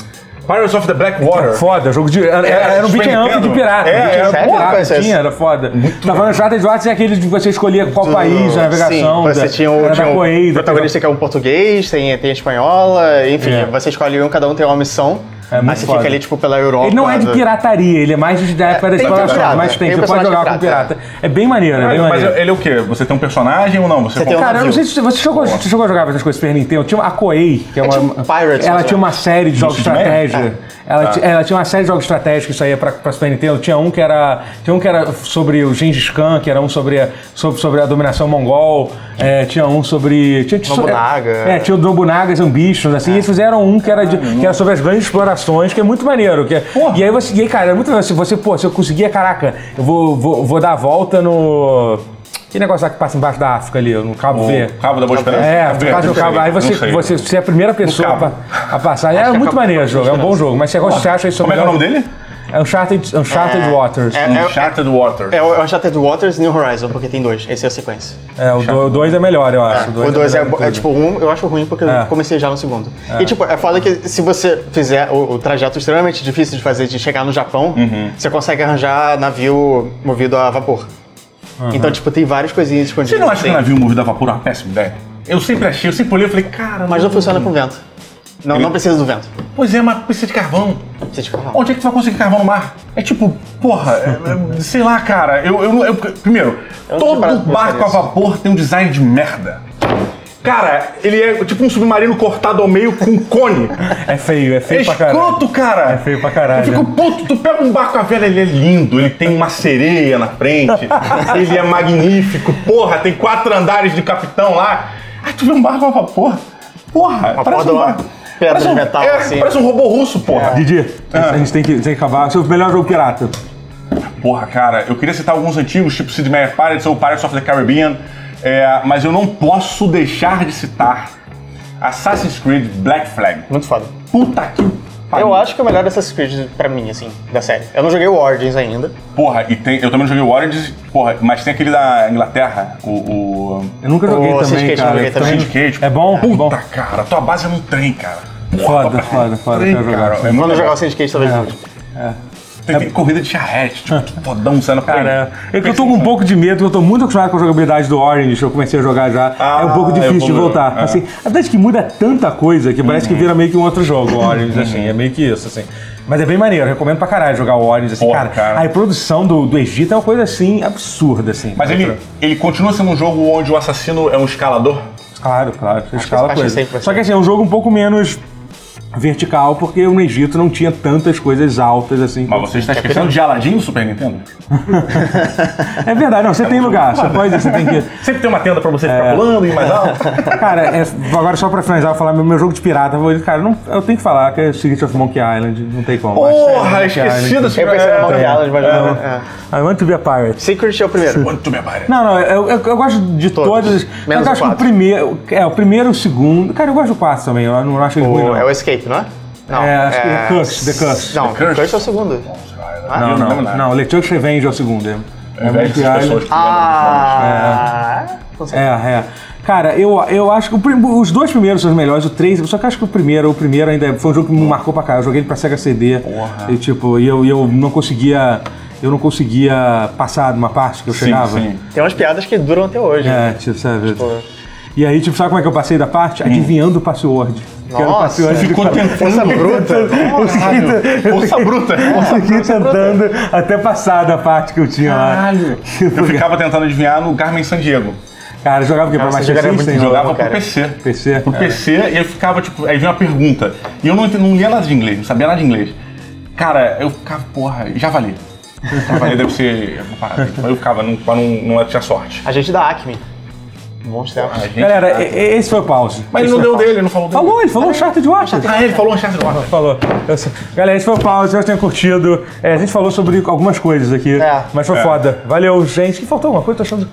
B: Pirates of the Black Water.
A: Foda, jogo de. Era, era, era um beat
B: Super
A: up de
B: Nintendo.
A: pirata.
B: É,
A: beat
B: era
A: up
C: sério? é
A: pirata,
C: Conhece
A: tinha,
C: esse?
A: era foda. Tá falando Charter Waters é aquele de você escolher qual país, a navegação.
C: Sim, você
A: da-
C: tinha o,
A: era
C: tinha
A: da
C: o
A: Coeida.
C: protagonista que é um português, tem, tem a espanhola, enfim,
A: É.
C: você escolhe um, cada um tem uma missão.
A: É muito
C: aí você
A: foda.
C: fica ali, tipo, pela Europa.
A: Ele não é de
C: do-
A: pirataria, ele é mais de- da época da
C: tem
A: exploração,
C: pirata,
A: mas tem,
C: tem
A: você pode
C: personagem
A: jogar com pirata.
C: pirata.
A: É bem maneiro, é bem
B: Mas
A: maneiro.
B: ele é o quê? Você tem um personagem ou não? Você,
C: Você tem
B: compra-
A: Cara, eu não sei se você um jogou,
B: Boa.
A: você jogou a jogar essas coisas Super Nintendo. Tinha uma- a Koei, que é uma.
C: tinha um Pirates, né?
A: ela
C: mas
A: tinha
C: é.
A: uma série de jogos de
B: Isso de merda?
A: estratégia. Ela, ti- ela tinha uma série de jogos estratégicos que saía pra, pra Super Nintendo. Tinha um que era. Tinha um que era sobre o Gengis Khan, que era um sobre a, sobre, sobre a dominação mongol. É, tinha um sobre. Tinha, tinha-
C: Nobunaga.
A: É, tinha o Nobunaga, Ambitions, assim. E
B: É.
A: eles fizeram um que era, de- que era sobre as grandes explorações, que é muito maneiro. Que é-
B: Porra.
A: e aí você. E aí, cara, era muito maneiro. Se você, pô, se eu conseguia, caraca, eu vou, vou, vou dar a volta no. Que negócio lá que passa embaixo da África ali, no Cabo
B: O
A: Verde?
B: Cabo da Boa Esperança?
A: É,
B: Verde,
A: por causa
B: não
A: do cabo.
B: sei,
A: Aí
B: não
A: você,
B: sei.
A: você, você é a primeira pessoa
B: cabo.
A: a, pa- a passar. É
C: que é
A: muito
C: cabo-
A: maneiro o jogo, é um bom jogo. Mas você gosta de achar isso
B: né? Como é que é o nome dele?
A: É Uncharted, Uncharted
C: É.
A: Waters. É,
C: É.
B: Uncharted Water.
C: É o Uncharted Waters e New Horizon, porque tem dois. Essa é a sequência.
A: o 2 é melhor, eu acho.
C: o dois é,
A: melhor
C: é,
A: de tudo.
C: tipo, um eu acho ruim porque
A: É.
C: eu comecei já no segundo. E tipo, é foda que se você fizer o, o trajeto extremamente difícil de fazer, de chegar no Japão,
A: Uhum.
C: você consegue arranjar navio movido a vapor.
A: Uhum.
C: Então, tipo, tem várias coisinhas escondidas.
B: Você não acha que
C: assim.
B: o navio movido a vapor é uma péssima ideia? Eu sempre achei, eu sempre olhei e falei, cara,
C: Mas não funciona
A: Uhum.
C: com vento. Não, não precisa do vento.
B: Pois é, mas precisa de carvão.
C: Você tipo, não.
B: Onde é que tu vai conseguir carvão no mar? É tipo, porra, é- é- sei lá, cara. Eu, eu, não- eu- primeiro,
C: não tinha parado
B: todo
C: pra pensar
B: barco a
C: nisso.
B: vapor tem um design de merda. Cara, ele é tipo um submarino cortado ao meio com um cone.
A: É feio, é
B: É
A: feio pra caralho.
B: escroto, cara.
A: É feio pra caralho.
B: Eu fico puto, tu pega um barco a vela, ele é lindo, ele tem uma sereia na frente, ele é magnífico, porra, tem quatro andares de capitão lá. Aí tu vê um barco a vapor, porra, parece
C: porra
B: um
C: de uma
B: barco.
C: pedra
B: parece
C: de
B: um,
C: metal,
B: é,
C: assim.
B: Parece um robô russo, porra.
A: Didi,
B: Ah.
A: a gente tem que, tem que acabar. Seu melhor jogo pirata.
B: É. Porra, cara, eu queria citar alguns antigos, tipo Sid Meier's Pirates ou Pirates of the Caribbean, é, mas eu não posso deixar de citar Assassin's Creed Black Flag.
C: Muito foda.
B: Puta que pariu.
C: Eu acho que é o melhor Assassin's Creed pra mim, assim, da série. Eu não joguei o Origins ainda.
B: Porra, e tem, eu também joguei o Origins, porra, mas tem aquele da Inglaterra, o... o
A: Eu nunca joguei
C: O
A: também,
C: Syndicate eu
A: cara.
C: joguei também.
B: Syndicate.
A: É bom?
B: Puta,
A: Bom.
B: cara, tua base é um trem, cara.
A: Foda,
B: tua base é um
A: foda, foda,
B: Trem,
A: quero jogar.
B: cara. É muito
C: Quando
B: legal.
C: jogar o Syndicate, talvez
A: É.
C: não.
B: Tem, tem corrida de charrete, tipo, tu fodão saindo pra assim,
A: Cara, é que eu tô com um pouco de medo, eu tô muito acostumado com a jogabilidade do Orange, eu comecei a jogar já.
B: Ah,
A: é um pouco difícil de
B: evoluiu,
A: voltar.
B: é. Uhum.
A: Assim, até que muda tanta coisa que parece que vira meio que um outro jogo, o Orange, assim, é meio que isso, assim. Mas é bem maneiro, eu recomendo pra caralho jogar o Orange, assim,
B: Porra,
A: cara,
B: cara.
A: A reprodução do, do Egito é uma coisa assim, absurda, assim.
B: Mas ele, ele continua sendo um jogo onde o assassino é um escalador?
A: Claro, claro, você escala
C: acho que
A: coisa.
C: sempre vai ser.
A: Só que assim, é um jogo um pouco menos vertical, porque no Egito não tinha tantas coisas altas assim.
B: Mas você está esquecendo de Aladdin no Super Nintendo?
A: É verdade, não, você tem lugar, você pode, você tem que.
B: Sempre tem uma tenda pra você
A: É.
B: ficar pulando e mais alto.
A: Cara, é, agora só pra finalizar, eu vou falar meu, meu jogo de pirata favorito. Cara, não, eu tenho que falar que é o Secret of Monkey Island. Não tem como.
B: Porra,
A: Monkey
B: esqueci
A: Island.
B: desse
C: Eu pensei no
B: É.
C: Monkey Island, mas não. é.
A: I want to be a pirate.
C: Secret é o primeiro.
B: Quanto me abare.
A: Não, não, eu, eu, eu gosto de
C: Todos.
A: todas.
C: Menos
A: eu
C: o
A: acho que o
C: quatro.
A: primeiro. É, o primeiro e o segundo. Cara, eu gosto do 4 também. Eu não acho ele ruim,
C: O-
A: não.
C: é o Escape. Escape, não é? Não,
A: É, acho que é Curse, The Curse.
C: Não,
B: The
C: The
B: Curse.
C: Curse é o segundo.
B: Ah,
A: Não,
B: eu
A: não,
B: lembro nada.
A: não. não Let's Revenge é o segundo. É,
B: É velho,
A: muito
B: essas
A: irado.
B: pessoas que lembram
C: Ah, não sei.
A: É, é. Cara, eu, eu acho que o prim- os dois primeiros são os melhores, o três, só que eu acho que o primeiro, o primeiro ainda foi um jogo que me marcou pra cá. Eu joguei ele pra Sega CD.
B: Porra.
A: E tipo, e eu, e eu não conseguia. Eu não conseguia passar de uma parte que eu
B: dos jogos.
A: chegava.
B: Sim, sim.
C: Tem umas piadas que duram até hoje.
A: É,
C: né?
A: tipo, sabe?
C: Tipo, Hum.
A: E aí, tipo, sabe como é que eu passei da parte? Adivinhando o password. Que era o
C: Nossa.
A: password que
B: Ficou tentando. Força bruta. Força bruta.
C: É,
A: eu fiquei tentando até passar da parte que eu tinha lá.
B: Caralho. Eu ficava tentando adivinhar no Carmen San Diego.
A: Cara, eu jogava o quê? Pra
C: Cara,
A: mais
C: você jogaria muito
A: System?
C: jogo.
B: Jogava pro
C: cara.
B: PC.
A: PC?
B: Pro
A: É.
B: PC e eu ficava, tipo, aí vinha uma pergunta. E eu não, ent- não lia nada de inglês, não sabia nada de inglês. Cara, eu ficava, porra, já valia. Já valia, deve ser. alguma parada. Tipo, Aí eu ficava, não, pra não, não tinha sorte.
C: a gente da Acme. Bons tempos.
B: A gente- tá-
A: Galera, e- e- esse foi o pause.
B: mas ele
A: Esse
B: não
A: foi
B: deu
A: o pause.
B: dele, ele não falou dele.
A: Falou, ele falou um charter de Washington.
B: Ah, ele falou um chat do ar.
A: Falou. Eu sei. Galera, esse foi o pause, espero que tenham curtido. É, a gente falou sobre algumas coisas aqui,
C: É.
A: mas foi
B: É.
A: foda. Valeu, gente. Que faltou alguma coisa? Tô achando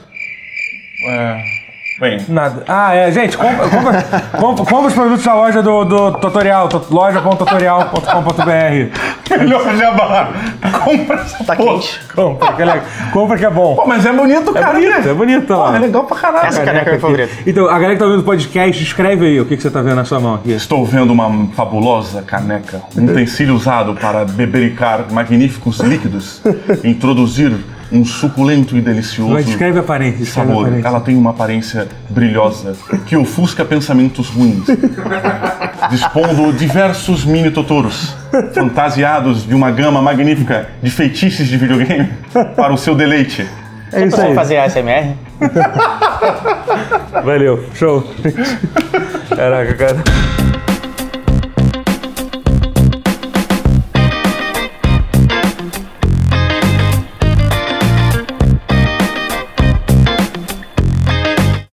B: É. Bem,
A: nada. Ah, é, gente, compra, compra, compra- compra os produtos da loja do, do tutorial, to- loja.tutorial.com.br.
B: melhor jabá. Compra essa
C: Tá
B: porra.
C: quente.
A: Compra, que é legal. Compra que é
B: Pô,
A: bom.
B: mas é bonito,
A: É
B: cara.
A: bonito,
B: né?
A: é bonito,
B: Porra, é
A: ó.
B: legal pra caralho.
C: Essa caneca é minha favorita.
A: Então, a galera que tá ouvindo o podcast, escreve aí o que, que você tá vendo na sua mão aqui.
B: Estou vendo uma fabulosa caneca, um utensílio usado para bebericar magníficos líquidos, introduzir um suculento e delicioso
A: Mas escreve a aparência, escreve a
B: sabor.
A: aparência.
B: Ela tem uma aparência brilhosa que ofusca pensamentos ruins, dispondo diversos mini totoros, fantasiados de uma gama magnífica de feitiços de videogame para o seu deleite.
A: É isso aí.
C: Vamos fazer ASMR?
A: Valeu, show. Caraca, cara.